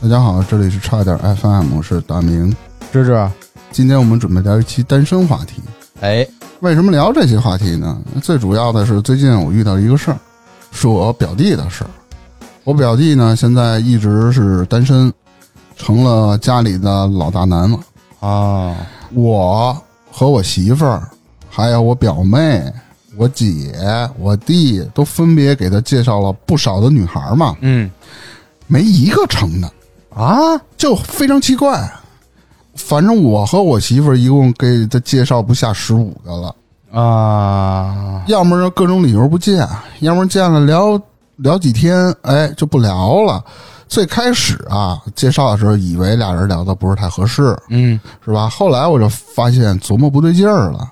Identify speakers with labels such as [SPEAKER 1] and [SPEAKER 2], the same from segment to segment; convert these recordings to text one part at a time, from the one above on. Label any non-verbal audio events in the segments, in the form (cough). [SPEAKER 1] 大家好，这里是差点 FM，我是大明。
[SPEAKER 2] 芝芝，
[SPEAKER 1] 今天我们准备聊一期单身话题。
[SPEAKER 2] 哎，
[SPEAKER 1] 为什么聊这些话题呢？最主要的是最近我遇到一个事儿，是我表弟的事儿。我表弟呢，现在一直是单身，成了家里的老大难了。
[SPEAKER 2] 哦，
[SPEAKER 1] 我和我媳妇儿，还有我表妹、我姐、我弟，都分别给他介绍了不少的女孩儿嘛，
[SPEAKER 2] 嗯，
[SPEAKER 1] 没一个成的。
[SPEAKER 2] 啊，
[SPEAKER 1] 就非常奇怪。反正我和我媳妇儿一共给他介绍不下十五个了，
[SPEAKER 2] 啊，
[SPEAKER 1] 要么是各种理由不见，要么见了聊聊几天，哎就不聊了。最开始啊，介绍的时候以为俩人聊的不是太合适，
[SPEAKER 2] 嗯，
[SPEAKER 1] 是吧？后来我就发现琢磨不对劲儿了，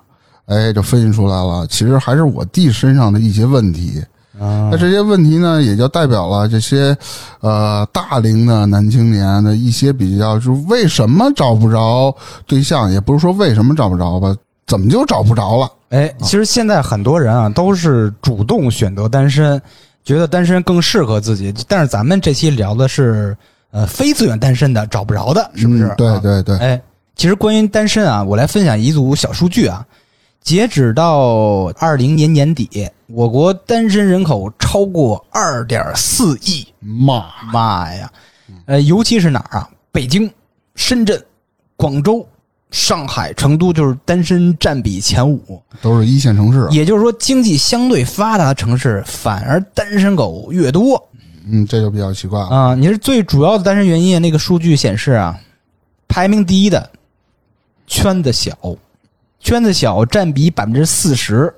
[SPEAKER 1] 哎，就分析出来了，其实还是我弟身上的一些问题。
[SPEAKER 2] 啊
[SPEAKER 1] 那，这些问题呢，也就代表了这些，呃，大龄的男青年的一些比较，就是为什么找不着对象，也不是说为什么找不着吧，怎么就找不着了？
[SPEAKER 2] 哎，其实现在很多人啊都是主动选择单身，觉得单身更适合自己。但是咱们这期聊的是呃非自愿单身的，找不着的，是不是？
[SPEAKER 1] 嗯对
[SPEAKER 2] 啊
[SPEAKER 1] 对对，
[SPEAKER 2] 哎，其实关于单身啊，我来分享一组小数据啊。截止到二零年年底，我国单身人口超过二点四亿，
[SPEAKER 1] 妈，
[SPEAKER 2] 妈呀！呃，尤其是哪儿啊？北京、深圳、广州、上海、成都，就是单身占比前五。
[SPEAKER 1] 都是一线城市，
[SPEAKER 2] 也就是说，经济相对发达的城市，反而单身狗越多
[SPEAKER 1] 嗯，这就比较奇怪了。
[SPEAKER 2] 啊、你是最主要的单身原因，那个数据显示啊，排名第一的圈子小，圈子小占比百分之四十，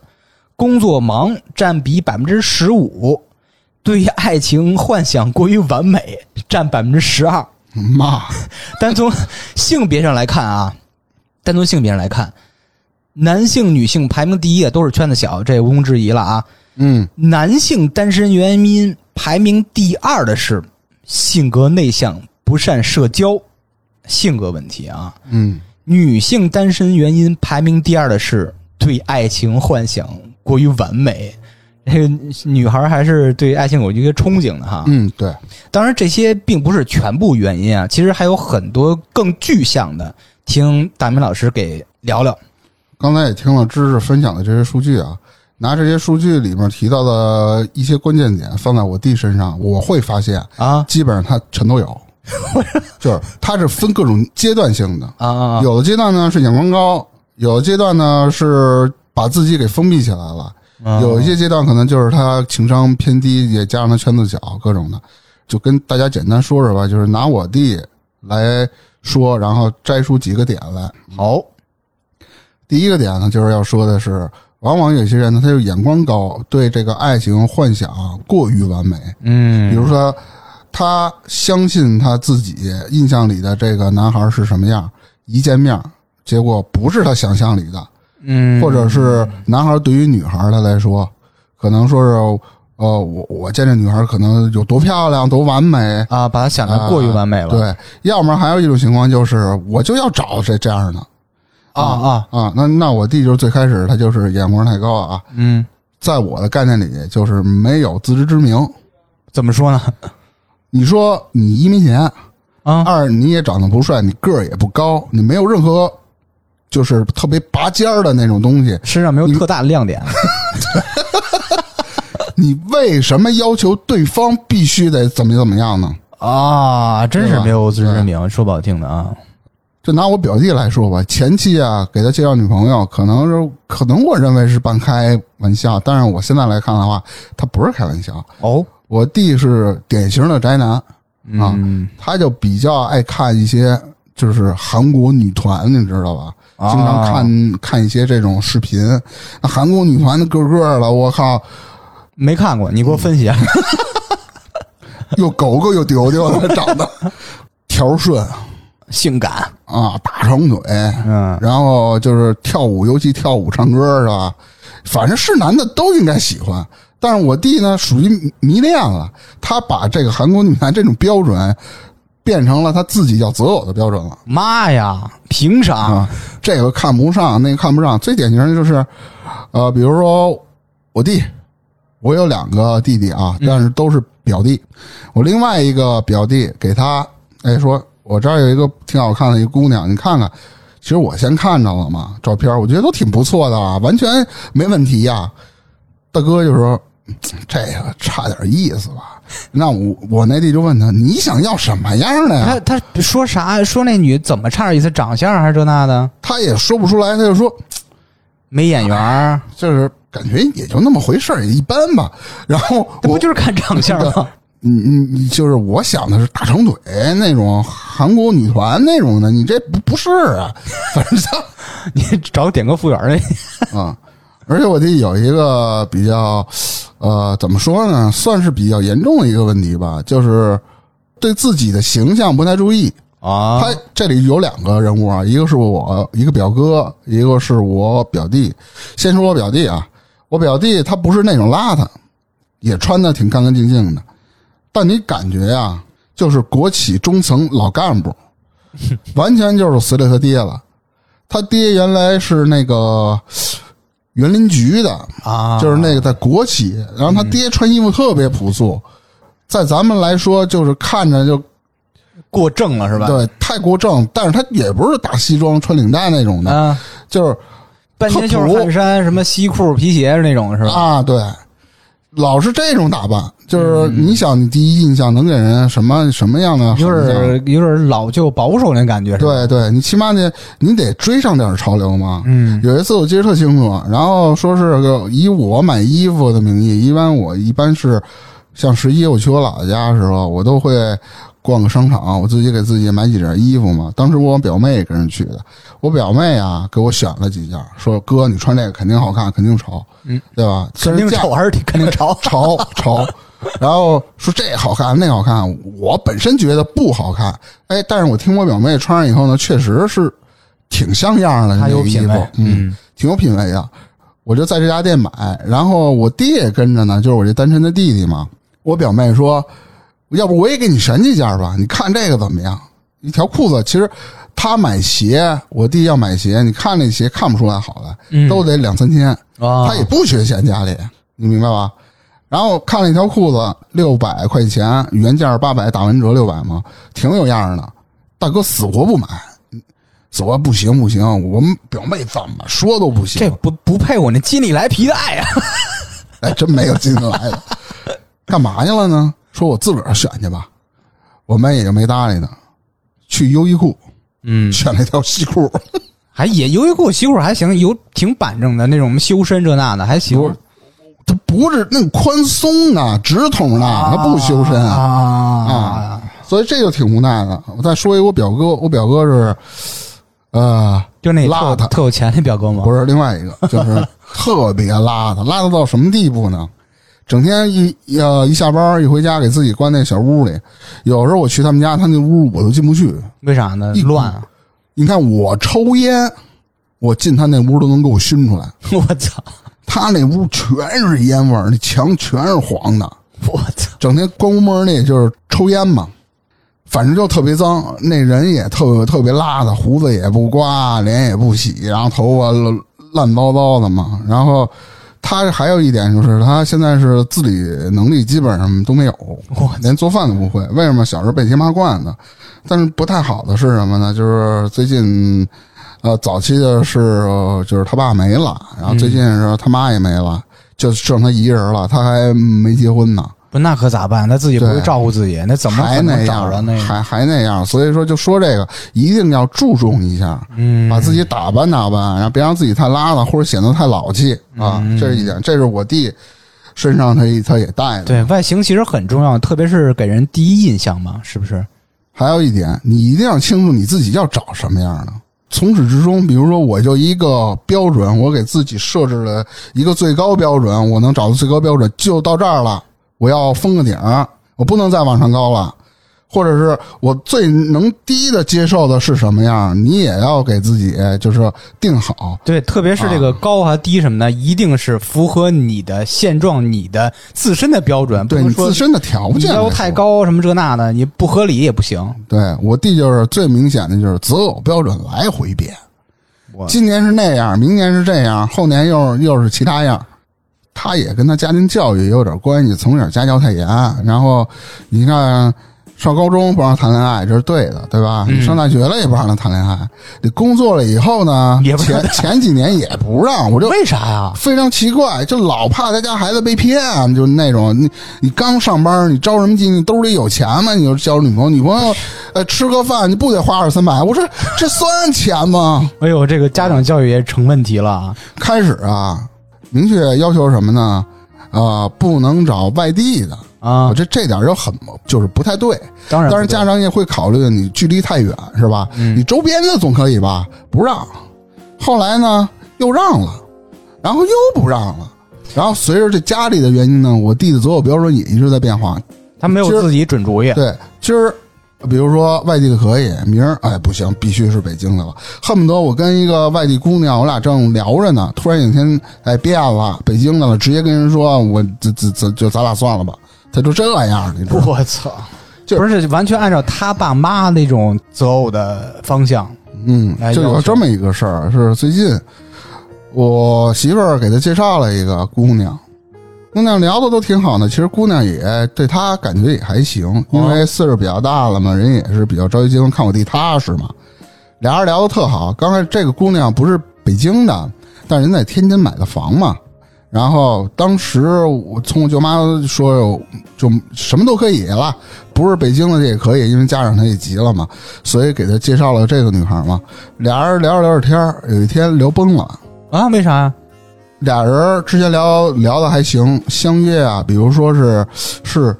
[SPEAKER 2] 工作忙占比百分之十五，对于爱情幻想过于完美占百分之十二。
[SPEAKER 1] 妈，
[SPEAKER 2] 单从性别上来看啊，单从性别上来看，男性、女性排名第一的都是圈子小，这毋庸置疑了啊。
[SPEAKER 1] 嗯，
[SPEAKER 2] 男性单身原因排名第二的是性格内向、不善社交，性格问题啊。
[SPEAKER 1] 嗯，
[SPEAKER 2] 女性单身原因排名第二的是对爱情幻想过于完美。这个女孩还是对爱情有一个憧憬的哈，
[SPEAKER 1] 嗯，对，
[SPEAKER 2] 当然，这些并不是全部原因啊，其实还有很多更具象的。听大明老师给聊聊。
[SPEAKER 1] 刚才也听了知识分享的这些数据啊，拿这些数据里面提到的一些关键点放在我弟身上，我会发现，
[SPEAKER 2] 啊
[SPEAKER 1] 基本上他全都
[SPEAKER 2] (laughs)
[SPEAKER 1] 有，就是他是分各种阶段性的。
[SPEAKER 2] 啊啊！啊
[SPEAKER 1] 有的阶段呢是眼光高，有的阶段呢是把自己给封闭起来了，
[SPEAKER 2] 啊哦
[SPEAKER 1] 有一些阶段可能就是他情商偏低，也加上他圈子小，各种的。就跟大家简单说说吧，就是拿我弟来说，然后摘出几个点来。
[SPEAKER 2] 好，
[SPEAKER 1] 第一个点呢，就是要说的是，往往有些人呢，他就眼光高，对这个爱情幻想过于完美。
[SPEAKER 2] 嗯，
[SPEAKER 1] 比如说，他相信他自己印象里的这个男孩是什么样，一见面，结果不是他想象里的，
[SPEAKER 2] 嗯，
[SPEAKER 1] 或者是男孩对于女孩他来说，可能说是，呃，我我见这女孩可能有多漂亮，多完美，
[SPEAKER 2] 啊，把他想的
[SPEAKER 1] 啊
[SPEAKER 2] 过于完哎美了。
[SPEAKER 1] 对，要么还有一种情况就是，我就要找这这样的
[SPEAKER 2] 啊啊，
[SPEAKER 1] 啊。那那我弟就是最开始他就是眼光太高了啊，
[SPEAKER 2] 嗯，
[SPEAKER 1] 在我的概念里就是没有自知之明。
[SPEAKER 2] 怎么说呢？
[SPEAKER 1] 你说你一没钱。
[SPEAKER 2] 啊
[SPEAKER 1] 二你也长得不帅，你个儿也不高，你没有任何就是特别拔尖儿的那种东西，
[SPEAKER 2] 身上没有特大的亮点。啊
[SPEAKER 1] 你为什么要求对方必须得怎么怎么样呢？
[SPEAKER 2] 啊，真
[SPEAKER 1] 对
[SPEAKER 2] 是
[SPEAKER 1] 吧
[SPEAKER 2] 没有自知之明，说不好听的啊。
[SPEAKER 1] 就拿我表弟来说吧，前期啊给他介绍女朋友，可能是可能我认为是半开玩笑，但是我现在来看的话，他不是开玩笑。
[SPEAKER 2] 哦，
[SPEAKER 1] 我弟是典型的宅男，啊
[SPEAKER 2] 嗯
[SPEAKER 1] 他就比较爱看一些就是韩国女团，你知道吧？
[SPEAKER 2] 啊
[SPEAKER 1] 经常看看一些这种视频，那韩国女团的个个的，我靠，
[SPEAKER 2] 没看过，你给我分析。
[SPEAKER 1] 又狗狗又丢丢的 (laughs) 长得条顺
[SPEAKER 2] 性感，
[SPEAKER 1] 啊，大长腿，
[SPEAKER 2] 嗯
[SPEAKER 1] 然后就是跳舞，尤其跳舞唱歌是吧？反正是男的都应该喜欢。但是我弟呢，属于迷恋了，他把这个韩国女团这种标准变成了他自己要择偶的标准了。
[SPEAKER 2] 妈呀，凭啥？
[SPEAKER 1] 啊，这个看不上，那个看不上。最典型的就是，呃，比如说我弟，我有两个弟弟啊，但是都是表弟。我另外一个表弟给他哎，说我这儿有一个挺好看的一姑娘，你看看。其实我先看着了嘛，照片我觉得都挺不错的啊，完全没问题呀、大哥就说：“嗯这个差点意思吧？”那我我那弟就问他：“你想要什么样的呀
[SPEAKER 2] 嗯他他说啥？说那女怎么差点意思？长相还是这那的？？”
[SPEAKER 1] 他也说不出来，他就说
[SPEAKER 2] 没眼缘儿，：“
[SPEAKER 1] 就是感觉也就那么回事儿，也一般吧。”然后
[SPEAKER 2] 那不
[SPEAKER 1] 我
[SPEAKER 2] 就是看长相吗？
[SPEAKER 1] 你你你就是我想的是大长腿那种韩国女团那种的，你这不不是啊？反正他
[SPEAKER 2] 你找点歌服务员儿去。
[SPEAKER 1] 啊、而且我弟有一个比较，呃，怎么说呢，算是比较严重的一个问题吧，就是对自己的形象不太注意。
[SPEAKER 2] (laughs) 啊
[SPEAKER 1] 他这里有两个人物啊，一个是我一个表哥，一个是我表弟。先说我表弟啊，我表弟他不是那种邋遢，也穿的挺干干净净的，但你感觉啊，就是国企中层老干
[SPEAKER 2] (laughs)
[SPEAKER 1] 部，完全就是随了他爹了。他爹原来是那个园林局的，
[SPEAKER 2] 啊，
[SPEAKER 1] 就是那个在国企，然后他爹穿衣服特别朴素，在咱们来说就是看着就
[SPEAKER 2] 过正了是吧？
[SPEAKER 1] 对，泰国正，但是他也不是大西装穿领带那种的，
[SPEAKER 2] 啊，
[SPEAKER 1] 就是
[SPEAKER 2] 半截袖
[SPEAKER 1] 嗯特土
[SPEAKER 2] 汗衫，什么西裤、皮鞋是那种是吧？
[SPEAKER 1] 啊，对，老是这种打扮，就是你想，你第一印象能给人什么什么样的？
[SPEAKER 2] 有点儿有点儿老旧保守那感觉是吧？
[SPEAKER 1] 对对，你起码得你得追上点潮流嘛。
[SPEAKER 2] 嗯
[SPEAKER 1] 有一次我记得特清楚，然后说是个以我买衣服的名义，一般我一般是像十一我去我姥姥家的时候，我都会逛个商场，我自己给自己买几件衣服嘛。当时我表妹也跟着去的，我表妹啊给我选了几件，说哥你穿这个肯定好看，肯定潮，
[SPEAKER 2] 嗯，
[SPEAKER 1] 对吧？
[SPEAKER 2] 肯定
[SPEAKER 1] 虽然价
[SPEAKER 2] 丑还是挺肯定潮
[SPEAKER 1] 潮 (laughs) 潮，然后说这好看那好看，我本身觉得不好看，哎，但是我听我表妹穿上以后呢，确实是挺像样的，
[SPEAKER 2] 她有
[SPEAKER 1] 那个衣
[SPEAKER 2] 品
[SPEAKER 1] 服
[SPEAKER 2] 味
[SPEAKER 1] 嗯，挺有品味的。我就在这家店买，然后我弟也跟着呢，就是我这单身的弟弟嘛。我表妹说，要不我也给你选几件吧，你看这个怎么样？一条裤子，其实他买鞋，我弟要买鞋，你看那鞋看不出来好来，
[SPEAKER 2] 嗯
[SPEAKER 1] 都得两三千。
[SPEAKER 2] 啊
[SPEAKER 1] 他也不缺钱，家里你明白吧？然后看了一条裤子，六百块钱，原价八百，打完折六百嘛，挺有样儿的。大哥死活不买，死活不行不行，我们表妹怎么说都不
[SPEAKER 2] 这
[SPEAKER 1] 行，
[SPEAKER 2] 不不配我那金利来皮啊带呀、
[SPEAKER 1] 哎，真没有进来的。 (laughs) 干嘛去了呢？说我自个儿选去吧，我妹也就没搭理他，去优衣库
[SPEAKER 2] 嗯，
[SPEAKER 1] 选了一条西裤，
[SPEAKER 2] 还也优衣库西裤还行，有挺板正的那种修身这那的还行
[SPEAKER 1] 不是它不是那种宽松的直筒的，它不修身
[SPEAKER 2] 啊
[SPEAKER 1] 啊，所以这就挺无奈的。我再说一个，我表哥，我表哥是，呃，
[SPEAKER 2] 就那
[SPEAKER 1] 邋
[SPEAKER 2] 特
[SPEAKER 1] 遢
[SPEAKER 2] 特有钱那表哥吗？
[SPEAKER 1] 不是另外一个，就是特别邋遢，邋遢到什么地步呢？整天一呃一下班一回家，给自己关在小屋里。有时候我去他们家，他那屋我都进不去。
[SPEAKER 2] 为啥呢？
[SPEAKER 1] 一
[SPEAKER 2] 乱啊，
[SPEAKER 1] 你看我抽烟，我进他那屋都能给我熏出来。
[SPEAKER 2] 我操，
[SPEAKER 1] 他那屋全是烟味儿，那墙全是黄的。
[SPEAKER 2] 我操，
[SPEAKER 1] 整天关屋门儿那就是抽烟嘛，反正就特别脏，那人也特特别邋遢，胡子也不刮，脸也不洗，然后头发乱乱糟糟的嘛。然后他还有一点就是，他现在是自理能力基本上都没有，连做饭都不会。为什么？小时候被爹妈惯的。但是不太好的是什么呢？就是最近，呃，早期的是呃就是他爸没了，然后最近是他妈也没了，就剩他一人了，他还没结婚呢。
[SPEAKER 2] 不那可咋办？他自己不
[SPEAKER 1] 对
[SPEAKER 2] 会照顾自己，那怎么
[SPEAKER 1] 还
[SPEAKER 2] 可
[SPEAKER 1] 那
[SPEAKER 2] 能找
[SPEAKER 1] 样，
[SPEAKER 2] 着那个？
[SPEAKER 1] 还还那样，所以说就说这个一定要注重一下，
[SPEAKER 2] 嗯，
[SPEAKER 1] 把自己打扮打扮，然后别让自己太邋遢或者显得太老气啊，
[SPEAKER 2] 嗯
[SPEAKER 1] 这是一点，这是我弟身上他他也带的。
[SPEAKER 2] 对外形其实很重要，特别是给人第一印象嘛，是不是？
[SPEAKER 1] 还有一点，你一定要清楚你自己要找什么样的。从始至终，比如说，我就一个标准，我给自己设置了一个最高标准，我能找到最高标准就到这儿了。我要封个顶儿，我不能再往上高了。或者是我最能低的接受的是什么样，你也要给自己就是定好。
[SPEAKER 2] 对，特别是这
[SPEAKER 1] 啊
[SPEAKER 2] 个高和低什么的，一定是符合你的现状、你的自身的标准，不
[SPEAKER 1] 对
[SPEAKER 2] 能
[SPEAKER 1] 你
[SPEAKER 2] 说
[SPEAKER 1] 自身的条
[SPEAKER 2] 你
[SPEAKER 1] 件来
[SPEAKER 2] 要
[SPEAKER 1] 说
[SPEAKER 2] 太。高什么这那的，你不合理也不行。
[SPEAKER 1] 对我弟就是最明显的就是择偶标准来回变，
[SPEAKER 2] 我
[SPEAKER 1] 今年是那样，明年是这样，后年又是又是其他样。他也跟他家庭教育也有点关系，从小家教太严。然后你看，上高中不让谈恋爱，这是对的，对吧？
[SPEAKER 2] 嗯
[SPEAKER 1] 你上大学了也不让他谈恋爱，你工作了以后呢，
[SPEAKER 2] 也不让 (laughs)
[SPEAKER 1] 前前几年也不让，我就
[SPEAKER 2] 为啥呀？
[SPEAKER 1] 非常奇怪，就老怕他家孩子被骗，就那种你你刚上班，你着什么急？你兜里有钱吗？你就交女朋友，女朋友呃吃个饭你不得花二三百？我说这算钱吗？
[SPEAKER 2] 哎呦，这个家长教育也成问题了啊！
[SPEAKER 1] 开始啊，明确要求什么呢？啊、不能找外地的。
[SPEAKER 2] 啊
[SPEAKER 1] 我，这这点儿就很就是不太对，
[SPEAKER 2] 当然不对，嗯
[SPEAKER 1] 但是家长也会考虑你距离太远是吧？你周边的总可以吧？不让，后来呢又让了，然后又不让了，然后随着这家里的原因呢，我弟的择偶标准也一直在变化。
[SPEAKER 2] 他没有
[SPEAKER 1] 其实
[SPEAKER 2] 自己准主意，
[SPEAKER 1] 对，今儿比如说外地的可以，明儿哎不行，必须是北京的了，恨不得我跟一个外地姑娘，我俩正聊着呢，突然有一天哎变了，北京的了，直接跟人说我这这这就咱俩算了吧，他就这样，你知道吗？
[SPEAKER 2] 我操，
[SPEAKER 1] 就
[SPEAKER 2] 不是完全按照他爸妈那种择偶的方向，
[SPEAKER 1] 嗯
[SPEAKER 2] 来，
[SPEAKER 1] 就
[SPEAKER 2] 要
[SPEAKER 1] 有
[SPEAKER 2] 求
[SPEAKER 1] 这么一个事儿，是最近我媳妇儿给他介绍了一个姑娘，姑娘聊的都挺好呢，其实姑娘也对他感觉也还行，因为岁数比较大了嘛，人也是比较着急结婚，看我弟踏实嘛，俩人聊的特好。刚开始这个姑娘不是北京的，但人在天津买的房嘛。然后当时我从我舅妈说，就什么都可以了，不是北京的这也可以，因为家长他也急了嘛，所以给他介绍了这个女孩嘛。俩人聊着聊着天儿，有一天聊崩了。
[SPEAKER 2] 啊，为啥呀？
[SPEAKER 1] 俩人之前聊聊的还行，相约啊，比如说是是，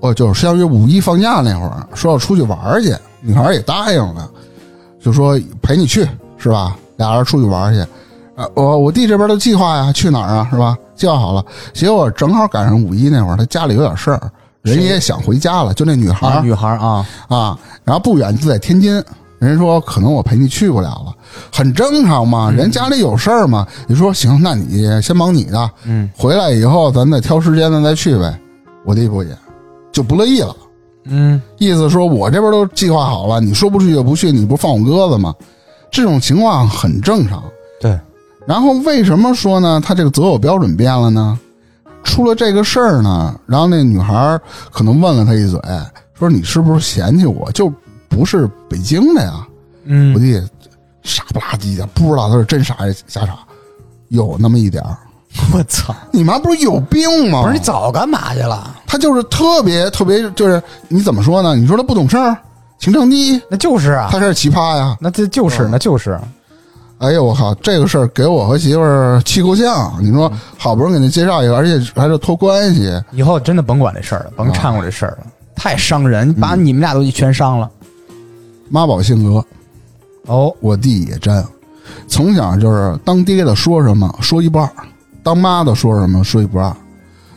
[SPEAKER 1] 哦，就是相约五一放假那会儿，说要出去玩儿去，女孩儿也答应了，就说陪你去，是吧？俩人出去玩儿去，啊，我我弟这边的计划呀，去哪儿啊，是吧？计划好了，结果正好赶上五一那会儿，他家里有点事儿，人
[SPEAKER 2] 谁
[SPEAKER 1] 也想回家了，就那女孩儿
[SPEAKER 2] 啊，女孩啊，
[SPEAKER 1] 啊，然后不远就在天津。人家说可能我陪你去不了了，很正常嘛，人家里有事儿嘛。你说行，那你先忙你的，
[SPEAKER 2] 嗯，
[SPEAKER 1] 回来以后咱再挑时间咱再去呗。我弟不也就不乐意了，
[SPEAKER 2] 嗯，
[SPEAKER 1] 意思说我这边都计划好了，你说不去就不去，你不放我鸽子吗？这种情况很正常。
[SPEAKER 2] 对，
[SPEAKER 1] 然后为什么说呢？他这个择偶标准变了呢？出了这个事儿呢，然后那女孩儿可能问了他一嘴，说你是不是嫌弃我？就不是北京的呀？我
[SPEAKER 2] 嗯，
[SPEAKER 1] 弟傻不拉几的，不知道他是真傻还是假傻，有那么一点儿。
[SPEAKER 2] 我操，哦
[SPEAKER 1] 你妈不是有病吗？
[SPEAKER 2] 不是你早干嘛去了？
[SPEAKER 1] 他就是特别特别，就是你怎么说呢？你说他不懂事儿，情商低，
[SPEAKER 2] 那就是啊，
[SPEAKER 1] 他是奇葩呀。
[SPEAKER 2] 那这就是，那就是，
[SPEAKER 1] 哎呦我靠，这个事儿给我和媳妇儿气够呛。你说好不容易给他介绍一个，而且还是托关系，
[SPEAKER 2] 以后真的甭管这事儿了，甭掺和这事儿了，嗯太伤人，把你们俩都全伤了。
[SPEAKER 1] 妈宝性格，
[SPEAKER 2] 哦，
[SPEAKER 1] 我弟也沾。从小就是当爹的说什么说一不二，当妈的说什么说一不二，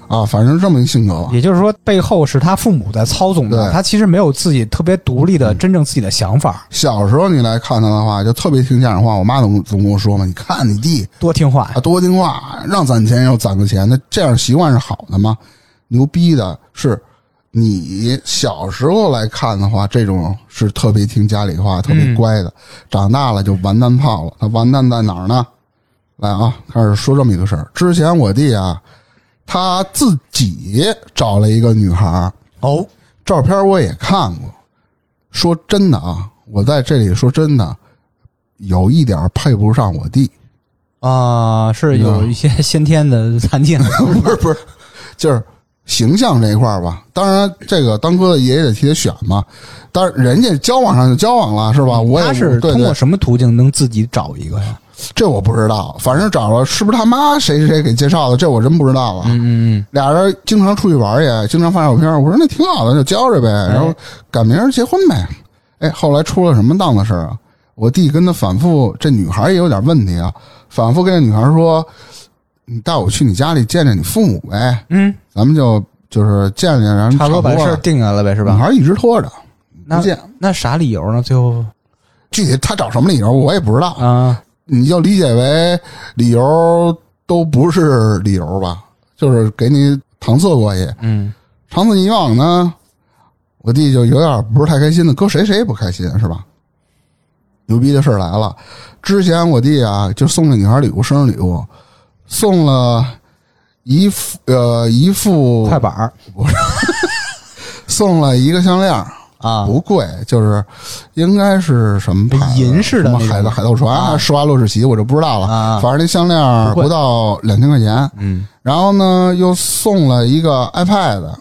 [SPEAKER 1] 啊，反正这么一性格吧。
[SPEAKER 2] 也就是说，背后是他父母在操纵的，
[SPEAKER 1] 对
[SPEAKER 2] 他其实没有自己特别独立的、真正自己的想法，
[SPEAKER 1] 小时候你来看他的话，就特别听家长话。我妈总总跟我说嘛，你看你弟
[SPEAKER 2] 多听话
[SPEAKER 1] 啊，多听话，让攒钱要攒个钱，那这样习惯是好的吗？牛逼的是，你小时候来看的话，这种是特别听家里话、特别乖的，长大了就完蛋炮了。他完蛋在哪儿呢？来啊，开始说这么一个事儿。之前我弟啊，他自己找了一个女孩儿，
[SPEAKER 2] 哦，
[SPEAKER 1] 照片我也看过。说真的啊，我在这里说真的，有一点儿配不上我弟。
[SPEAKER 2] 啊、是有一些先天的残 (laughs) 疾，
[SPEAKER 1] (laughs) 不是不是，就是形象这一块儿吧。当然，这个当哥的爷爷得替他选嘛。但是人家交往上就交往了，是吧？我也
[SPEAKER 2] 他
[SPEAKER 1] 不
[SPEAKER 2] 是
[SPEAKER 1] 对
[SPEAKER 2] 通
[SPEAKER 1] 对
[SPEAKER 2] 过，什么途径能自己找一个呀？
[SPEAKER 1] 这我不知道。反正找了，是不是他妈谁谁谁给介绍的？这我真不知道了。
[SPEAKER 2] 嗯嗯
[SPEAKER 1] 俩人经常出去玩儿也，经常发照片儿。我说那挺好的，就交着呗，
[SPEAKER 2] 哎
[SPEAKER 1] 然后赶明儿结婚呗。哎，后来出了什么档子事儿啊？我弟跟他反复，这女孩儿也有点问题啊，反复跟这女孩儿说：“你带我去你家里见见你父母呗。”
[SPEAKER 2] 嗯
[SPEAKER 1] 咱们就就是见见，然后
[SPEAKER 2] 嗯，差不多把
[SPEAKER 1] 了
[SPEAKER 2] 这事儿定下来了呗，是
[SPEAKER 1] 女
[SPEAKER 2] 吧？
[SPEAKER 1] 孩一直拖着，
[SPEAKER 2] 那
[SPEAKER 1] 不见
[SPEAKER 2] 那啥理由呢？最后
[SPEAKER 1] 具体他找什么理由我也不知道，
[SPEAKER 2] 啊，
[SPEAKER 1] 你就理解为理由都不是理由吧，就是给你搪塞过去。
[SPEAKER 2] 嗯，
[SPEAKER 1] 长此以往呢，我弟就有点不是太开心的，搁谁谁也不开心是吧？牛逼的事儿来了，之前我弟啊就送这女孩礼物，生日礼物送了一副呃一副
[SPEAKER 2] 快板儿
[SPEAKER 1] 送了一个项链儿，
[SPEAKER 2] 啊
[SPEAKER 1] 不贵，就是应该是什么牌子
[SPEAKER 2] 银式的
[SPEAKER 1] 什么
[SPEAKER 2] 那种
[SPEAKER 1] 海盗海盗船、
[SPEAKER 2] 啊
[SPEAKER 1] 施华洛世奇，我就不知道了。
[SPEAKER 2] 啊
[SPEAKER 1] 反正那项链儿
[SPEAKER 2] 不贵
[SPEAKER 1] 不到两千块钱。
[SPEAKER 2] 嗯，
[SPEAKER 1] 然后呢，又送了一个 iPad，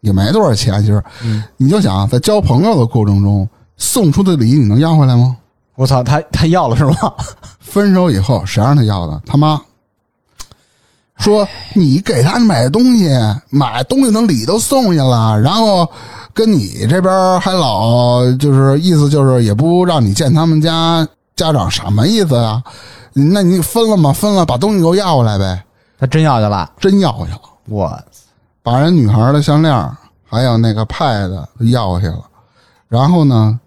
[SPEAKER 1] 也没多少钱。其实，
[SPEAKER 2] 嗯
[SPEAKER 1] 你就想在交朋友的过程中送出的礼，你能要回来吗？
[SPEAKER 2] 我操，他他要了是吗？
[SPEAKER 1] 分手以后，谁让他要的？他妈说你给他买东西，买东西的礼都送去了，然后跟你这边还老就是意思就是也不让你见他们家家长，什么意思啊？那你分了吗？分了，把东西给我要回来呗，
[SPEAKER 2] 他真要去了，
[SPEAKER 1] 真要去了，
[SPEAKER 2] 我
[SPEAKER 1] 把人女孩的项链还有那个 pad 要去了，然后呢，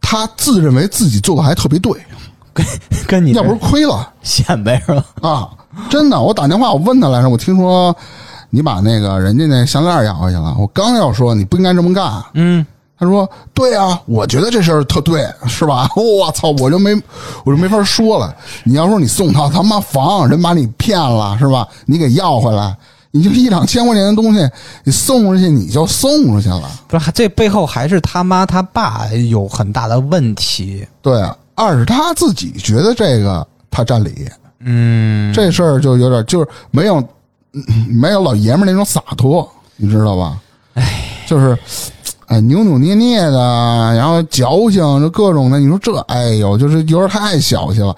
[SPEAKER 1] 他自认为自己做的还特别对，
[SPEAKER 2] 跟你
[SPEAKER 1] 要不是亏了。
[SPEAKER 2] 显摆是吧？
[SPEAKER 1] 啊，真的，我打电话我问他来着，我听说你把那个人家那项链要回去了，我刚要说你不应该这么干，
[SPEAKER 2] 嗯，
[SPEAKER 1] 他说对啊，我觉得这事儿特对，是吧？ (laughs) 我操，我就没我就没法说了。你要说你送到他妈房，人把你骗了，是吧？你给要回来，你就一两千块钱的东西，你送出去你就送出去了。
[SPEAKER 2] 不是，这背后还是他妈他爸有很大的问题。
[SPEAKER 1] 对，二是他自己觉得这个他占理，
[SPEAKER 2] 嗯，
[SPEAKER 1] 这事儿就有点就是没有 (laughs) 嗯没有老爷们儿那种洒脱，你知道吧？哎，就是哎扭扭捏捏的，然后矫情，就各种的。你说这哎呦，就是有点太小气了。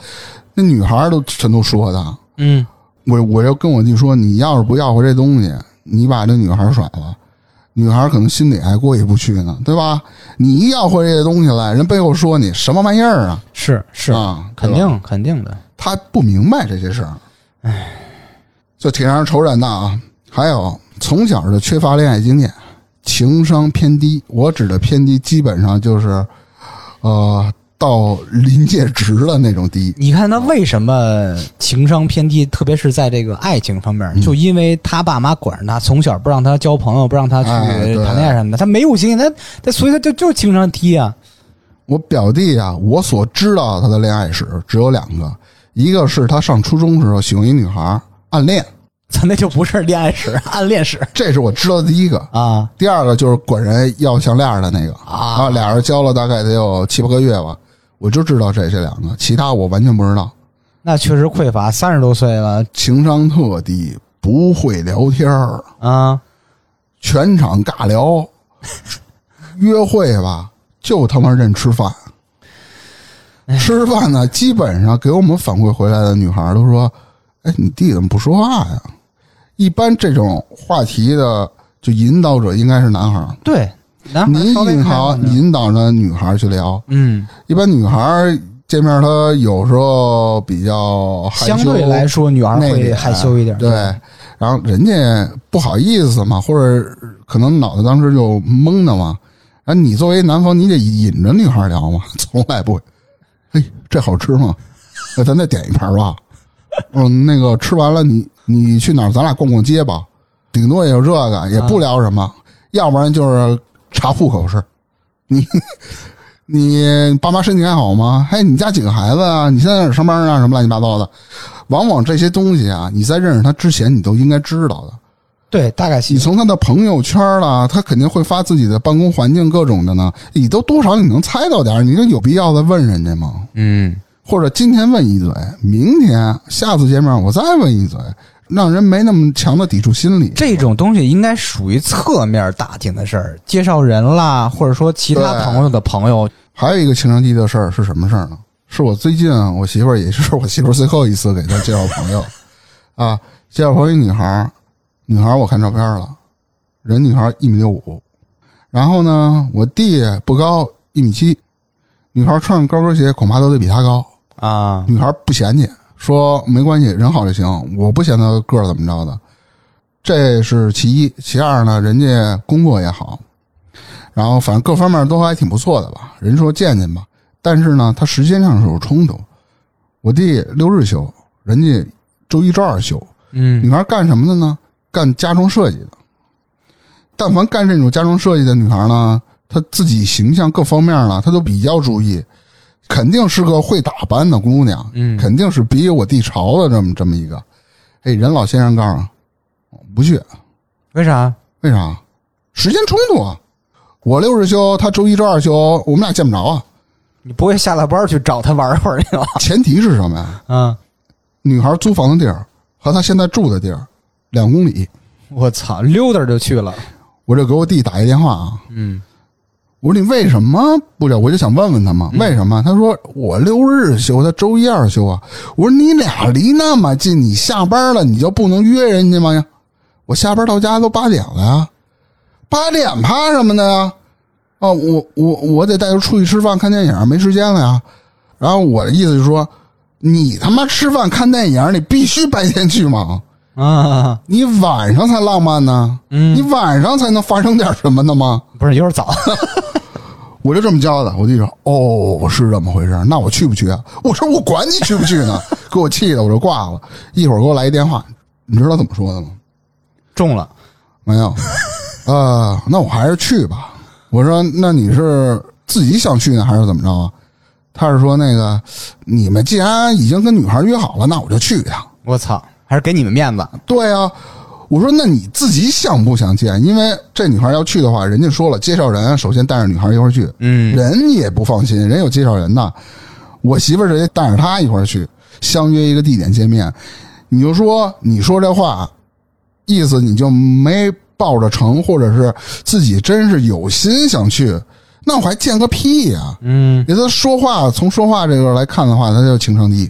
[SPEAKER 1] 那女孩儿都全都说他，
[SPEAKER 2] 嗯，
[SPEAKER 1] 我我就跟我弟说，你要是不要回这东西，你把这女孩儿甩了。女孩儿可能心里还过意不去呢，对吧？你一要回这东西来，人背后说你什么玩意儿啊？
[SPEAKER 2] 是是，
[SPEAKER 1] 啊，对
[SPEAKER 2] 肯
[SPEAKER 1] 吧
[SPEAKER 2] 定肯定的。
[SPEAKER 1] 他不明白这些事儿，唉，就挺让人愁人的啊。还有从小就缺乏恋爱经验，情商偏低。我指的偏低，基本上就是，呃，到临界值了那种低。
[SPEAKER 2] 你看他为什么情商偏低，特别是在这个爱情方面，就因为他爸妈管着他，从小不让他交朋友，不让他去
[SPEAKER 1] 哎对
[SPEAKER 2] 谈恋爱什么的，他没有经验，他他所以他就就是情商低啊。
[SPEAKER 1] 我表弟啊，我所知道他的恋爱史只有两个，一个是他上初中时候喜欢一女孩儿暗恋，
[SPEAKER 2] 咱那就不是恋爱史， (laughs) 暗恋史
[SPEAKER 1] 这是我知道的第一个。
[SPEAKER 2] 啊
[SPEAKER 1] 第二个就是管人要项链的那个
[SPEAKER 2] 啊
[SPEAKER 1] 啊，俩人交了大概得有七八个月吧，我就知道这这两个，其他我完全不知道。
[SPEAKER 2] 那确实匮乏，三十多岁了
[SPEAKER 1] 情商特低，不会聊天儿，
[SPEAKER 2] 啊，
[SPEAKER 1] 全场尬聊， (laughs) 约会吧就他妈认吃饭，吃饭呢基本上给我们反馈回来的女孩儿都说：“哎，你弟怎么不说话呀？”一般这种话题的就引导者应该是男孩儿，
[SPEAKER 2] 对，男孩
[SPEAKER 1] 您
[SPEAKER 2] 啊稍微
[SPEAKER 1] 引
[SPEAKER 2] 开
[SPEAKER 1] 导
[SPEAKER 2] 放点
[SPEAKER 1] 引导着女孩儿去聊，
[SPEAKER 2] 嗯，
[SPEAKER 1] 一般女孩儿见面，她有时候比较害羞，
[SPEAKER 2] 相对来说女孩
[SPEAKER 1] 内
[SPEAKER 2] 会
[SPEAKER 1] 敛
[SPEAKER 2] 害羞一点，
[SPEAKER 1] 对，然后人家不好意思嘛，或者可能脑袋当时就懵的嘛。然后你作为男方，你得引着女孩儿聊嘛， (laughs) 从来不会。哎，这好吃吗？那咱再点一盘吧。嗯，那个吃完了你你去哪儿？咱俩逛逛街吧。顶多也就这个，也不聊什么，要不然就是查户口事。你你爸妈身体还好吗？嘿，你家几个孩子啊？你现在在哪儿上班啊？什么乱七八糟的，往往这些东西啊，你在认识他之前，你都应该知道的。
[SPEAKER 2] 对，大概
[SPEAKER 1] 你
[SPEAKER 2] 其
[SPEAKER 1] 从他的朋友圈啦，他肯定会发自己的办公环境各种的呢，你都多少你能猜到点儿，你就有必要再问人家吗？
[SPEAKER 2] 嗯，
[SPEAKER 1] 或者今天问一嘴，明天下次见面我再问一嘴，让人没那么强的抵触心理。
[SPEAKER 2] 这种东西应该属于侧面打听的事儿，介绍人啦，或者说其他
[SPEAKER 1] 对
[SPEAKER 2] 朋友的朋友，
[SPEAKER 1] 还有一个情商低的事儿是什么事儿呢？是我最近啊我媳妇儿，也是我媳妇儿最后一次给她介绍朋友啊，介绍朋友一女孩儿，女孩儿我看照片了，人女孩儿一米六五，然后呢，我弟不高一米七，女孩儿穿上高跟鞋恐怕都得比他高，
[SPEAKER 2] 啊，
[SPEAKER 1] 女孩不嫌弃，说没关系，人好就行，我不嫌他个儿怎么着的，这是其一。其二呢，人家工作也好，然后反正各方面都还挺不错的吧。人说见见吧，但是呢，他时间上是有冲突。我弟六日休，人家周一周二休。
[SPEAKER 2] 嗯
[SPEAKER 1] 女孩干什么的呢？干家装设计的。但凡干这种家装设计的女孩呢，她自己形象各方面呢，她都比较注意，肯定是个会打扮的姑娘，
[SPEAKER 2] 嗯
[SPEAKER 1] 肯定是比我弟潮的这么这么一个。哎，任老先生告诉我，我不去，
[SPEAKER 2] 为啥？
[SPEAKER 1] 为啥？时间冲突啊！我六日休，他周一周二休，我们俩见不着啊。
[SPEAKER 2] 你不会下了班去找他玩会儿去吧？
[SPEAKER 1] 前提是什么呀？
[SPEAKER 2] 嗯，
[SPEAKER 1] 女孩租房的地儿和她现在住的地儿两公里。
[SPEAKER 2] (laughs) 我操，溜达就去了。
[SPEAKER 1] 我这给我弟打一电话啊，
[SPEAKER 2] 嗯，
[SPEAKER 1] 我说你为什么不了？我就想问问他嘛，为什么？他说我六日休，他周一二休啊。我说你俩离那么近，你下班了你就不能约人家吗呀？我下班到家都八点了呀，八点怕什么的呀？啊，我我我得带着出去吃饭看电影，没时间了呀。然后我的意思是说，你他妈吃饭看电影，你必须白天去嘛，
[SPEAKER 2] 啊，
[SPEAKER 1] 你晚上才浪漫呢，
[SPEAKER 2] 嗯
[SPEAKER 1] 你晚上才能发生点什么呢吗？
[SPEAKER 2] 不是有点早。 (laughs)
[SPEAKER 1] 我就这么教的，我弟说：“哦，是这么回事儿，那我去不去啊？”我说：“我管你去不去呢！” (laughs) 给我气的，我就挂了。一会儿给我来一电话，你知道怎么说的吗？
[SPEAKER 2] 中了，
[SPEAKER 1] 没有。呃，那我还是去吧。我说：“那你是自己想去呢，还是怎么着啊？”他是说：“那个，你们既然已经跟女孩约好了，那我就去一趟。
[SPEAKER 2] 我操，还是给你们面子。”
[SPEAKER 1] 对啊，我说：“那你自己想不想见？因为这女孩要去的话，人家说了，介绍人啊首先带着女孩一块儿去。
[SPEAKER 2] 嗯，
[SPEAKER 1] 人也不放心，人有介绍人的。我媳妇儿直接带着他一块儿去，相约一个地点见面。你就说你说这话，意思你就没抱着成，或者是自己真是有心想去，那我还见个屁呀、
[SPEAKER 2] 嗯，
[SPEAKER 1] 你他说话从说话这个来看的话，他就情商低，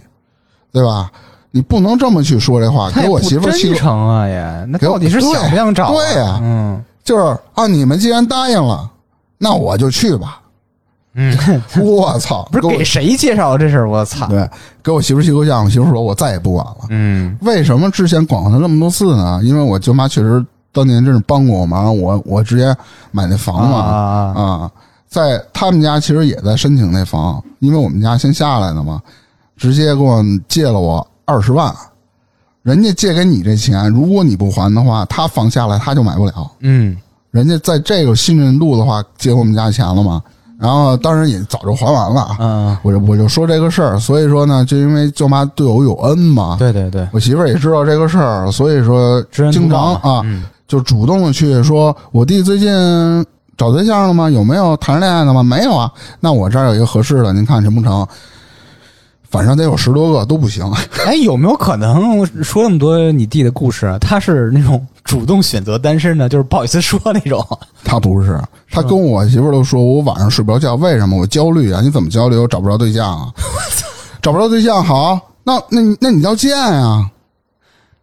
[SPEAKER 1] 对吧？你不能这么去说这话，
[SPEAKER 2] 他也
[SPEAKER 1] 给我
[SPEAKER 2] 不
[SPEAKER 1] 媳妇儿气
[SPEAKER 2] 真
[SPEAKER 1] 个
[SPEAKER 2] 诚啊也，那
[SPEAKER 1] 给我
[SPEAKER 2] 到底是
[SPEAKER 1] 对
[SPEAKER 2] 想不想找、
[SPEAKER 1] 对
[SPEAKER 2] 呀、
[SPEAKER 1] 呀
[SPEAKER 2] 嗯
[SPEAKER 1] 就是啊，你们既然答应了，那我就去吧。
[SPEAKER 2] 嗯，
[SPEAKER 1] (laughs) 我操，
[SPEAKER 2] 不是
[SPEAKER 1] 给我
[SPEAKER 2] 给谁介绍这事儿？我操，
[SPEAKER 1] 对，给我媳妇儿气够呛，我媳妇儿说我再也不管了。
[SPEAKER 2] 嗯
[SPEAKER 1] 为什么之前管过她那么多次呢？因为我舅妈确实当年真是帮过我忙，我我直接买那
[SPEAKER 2] 啊
[SPEAKER 1] 房嘛啊
[SPEAKER 2] 啊啊，
[SPEAKER 1] 在他们家其实也在申请那房，因为我们家先下来的嘛，直接给我借了我二十万。人家借给你这钱，如果你不还的话，他房下来他就买不了。
[SPEAKER 2] 嗯
[SPEAKER 1] 人家在这个信任度的话，借我们家钱了嘛，然后当然也早就还完了啊。
[SPEAKER 2] 啊，
[SPEAKER 1] 我就我就说这个事儿，所以说呢，就因为舅妈对我有恩嘛，
[SPEAKER 2] 对对对，
[SPEAKER 1] 我媳妇儿也知道这个事儿，所以说
[SPEAKER 2] 知恩图
[SPEAKER 1] 经常
[SPEAKER 2] 报嘛
[SPEAKER 1] 啊，
[SPEAKER 2] 嗯
[SPEAKER 1] 就主动的去说，我弟最近找对象了吗？有没有谈恋爱的吗？没有啊，那我这儿有一个合适的，您看成不成？反正得有十多个都不行，
[SPEAKER 2] 哎，有没有可能我说那么多你弟的故事，啊他是那种主动选择单身的，就是不好意思说那 (laughs) 种？
[SPEAKER 1] 他不是，他跟我媳妇儿都说，我晚上睡不着觉，为什么？我焦虑啊！你怎么焦虑？我找不着对象
[SPEAKER 2] (laughs)
[SPEAKER 1] 啊！找不着对象，好，那那你那你要见啊！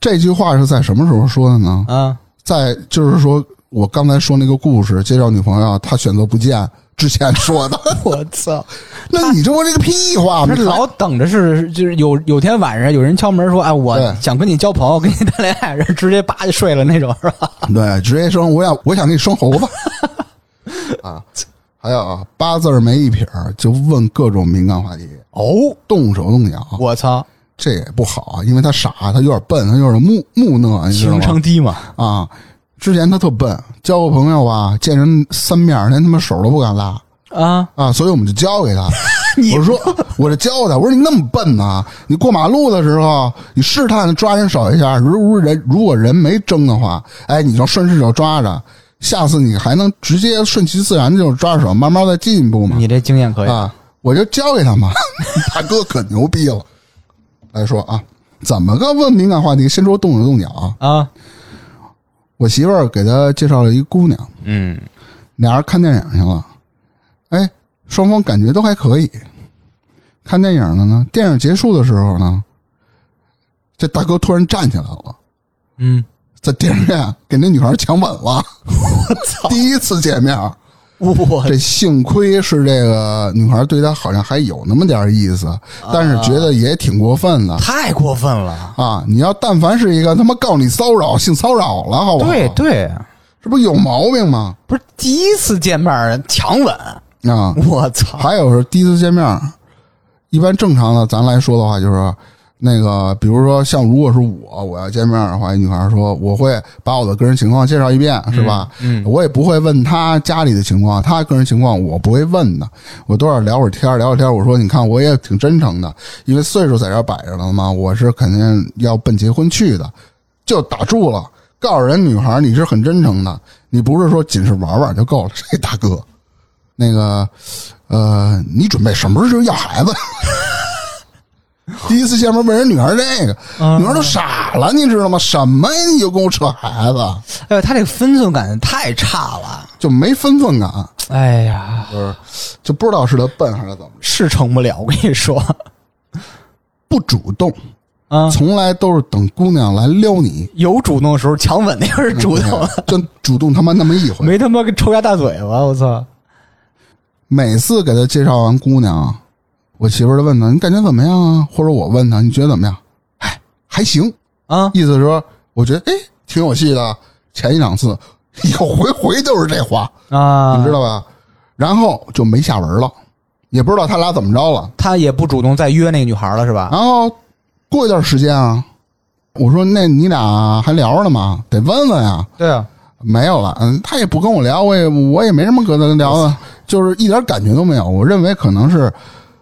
[SPEAKER 1] 这句话是在什么时候说的呢？
[SPEAKER 2] 啊，
[SPEAKER 1] 在就是说我刚才说那个故事，介绍女朋友，她选择不见之前说的，
[SPEAKER 2] (laughs) 我操，
[SPEAKER 1] 那你这不是个屁话
[SPEAKER 2] 他
[SPEAKER 1] 吗？
[SPEAKER 2] 老等着是就是有有天晚上有人敲门说，哎，我
[SPEAKER 1] 对
[SPEAKER 2] 想跟你交朋友，跟你谈恋爱，然后直接叭就睡了那种，是吧？
[SPEAKER 1] 对，职业生，我想我想给你生猴
[SPEAKER 2] (laughs)
[SPEAKER 1] 子啊！还有啊，八字儿没一撇儿就问各种敏感话题，
[SPEAKER 2] 哦，
[SPEAKER 1] 动手动脚，
[SPEAKER 2] 我操，
[SPEAKER 1] 这也不好，啊因为他傻，他有点笨，他有点木木讷，你知道
[SPEAKER 2] 情
[SPEAKER 1] 吗？
[SPEAKER 2] 商低嘛，
[SPEAKER 1] 啊，之前他特笨，交个朋友啊，见人三面儿连他妈手都不敢拉
[SPEAKER 2] 啊，
[SPEAKER 1] 啊，所以我们就教给他。
[SPEAKER 2] 你
[SPEAKER 1] 我说，我这教他，我说你那么笨呐、你过马路的时候，你试探地抓人手一下，如如人如果人没争的话，哎，你就顺势就抓着，下次你还能直接顺其自然地就抓着手，慢慢再进一步嘛。
[SPEAKER 2] 你这经验可以，
[SPEAKER 1] 啊，我就教给他嘛， (laughs) 大哥可牛逼了。来说啊，怎么个问敏感话题？先说动手动脚啊，
[SPEAKER 2] 啊，
[SPEAKER 1] 我媳妇儿给他介绍了一姑娘，
[SPEAKER 2] 嗯，
[SPEAKER 1] 俩人看电影去了，哎，双方感觉都还可以。看电影了呢，电影结束的时候呢，这大哥突然站起来了，
[SPEAKER 2] 嗯，
[SPEAKER 1] 在电影院啊给那女孩强吻了。
[SPEAKER 2] (laughs) 我操，
[SPEAKER 1] 第一次见面，啊
[SPEAKER 2] 我
[SPEAKER 1] 这幸亏是这个女孩对他好像还有那么点意思，但是觉得也挺过分的
[SPEAKER 2] 太过分了，
[SPEAKER 1] 啊！你要但凡是一个他妈告你骚扰、性骚扰了，好不好？
[SPEAKER 2] 对，对，
[SPEAKER 1] 这不有毛病吗？
[SPEAKER 2] 不是第一次见面强吻，
[SPEAKER 1] 啊，
[SPEAKER 2] (laughs) 我操，
[SPEAKER 1] 还有是第一次见面儿，一般正常的咱来说的话，就是说那个，比如说像如果是我我要见面儿的话，一女孩说我会把我的个人情况介绍一遍，是吧？
[SPEAKER 2] 嗯
[SPEAKER 1] 我也不会问她家里的情况，她个人情况我不会问的，我多少聊会儿天儿，聊会儿天儿。我说你看我也挺真诚的，因为岁数在这儿摆着了嘛，我是肯定要奔结婚去的，就打住了。告诉人女孩你是很真诚的，你不是说仅是玩玩就够了。这大哥，那个呃，你准备什么时候要孩
[SPEAKER 2] (laughs)
[SPEAKER 1] 子？第一次见面问人女孩这个，
[SPEAKER 2] 嗯
[SPEAKER 1] 女孩都傻了，你知道吗？什么呀？你就跟我扯孩子，
[SPEAKER 2] 哎呦，他这个分寸感太差了。
[SPEAKER 1] 就没分寸感，
[SPEAKER 2] 哎呀，
[SPEAKER 1] 就不知道是他笨还是怎么着，
[SPEAKER 2] 是成不了，我跟你说
[SPEAKER 1] 不主动，
[SPEAKER 2] 啊，
[SPEAKER 1] 从来都是等姑娘来撩你，
[SPEAKER 2] 有主动的时候，强吻那个是主动的，
[SPEAKER 1] 就主动他妈那么一回。
[SPEAKER 2] 嗯没他妈跟抽丫大嘴巴，我操！
[SPEAKER 1] 每次给他介绍完姑娘啊，我媳妇儿就问他你感觉怎么样啊？或者我问他你觉得怎么样？哎，还行，
[SPEAKER 2] 啊，
[SPEAKER 1] 意思说我觉得哎挺有戏的。前一两次 (laughs) 有回回都是这话，
[SPEAKER 2] 啊，
[SPEAKER 1] 你知道吧？然后就没下文了，也不知道他俩怎么着了。
[SPEAKER 2] 他也不主动再约那个女孩了，是吧？
[SPEAKER 1] 然后过一段时间啊，我说那你俩还聊着呢吗？得问问啊。
[SPEAKER 2] 对啊，
[SPEAKER 1] 没有了，嗯，他也不跟我聊，我也我也没什么可跟他聊的，就是一点感觉都没有。我认为可能是，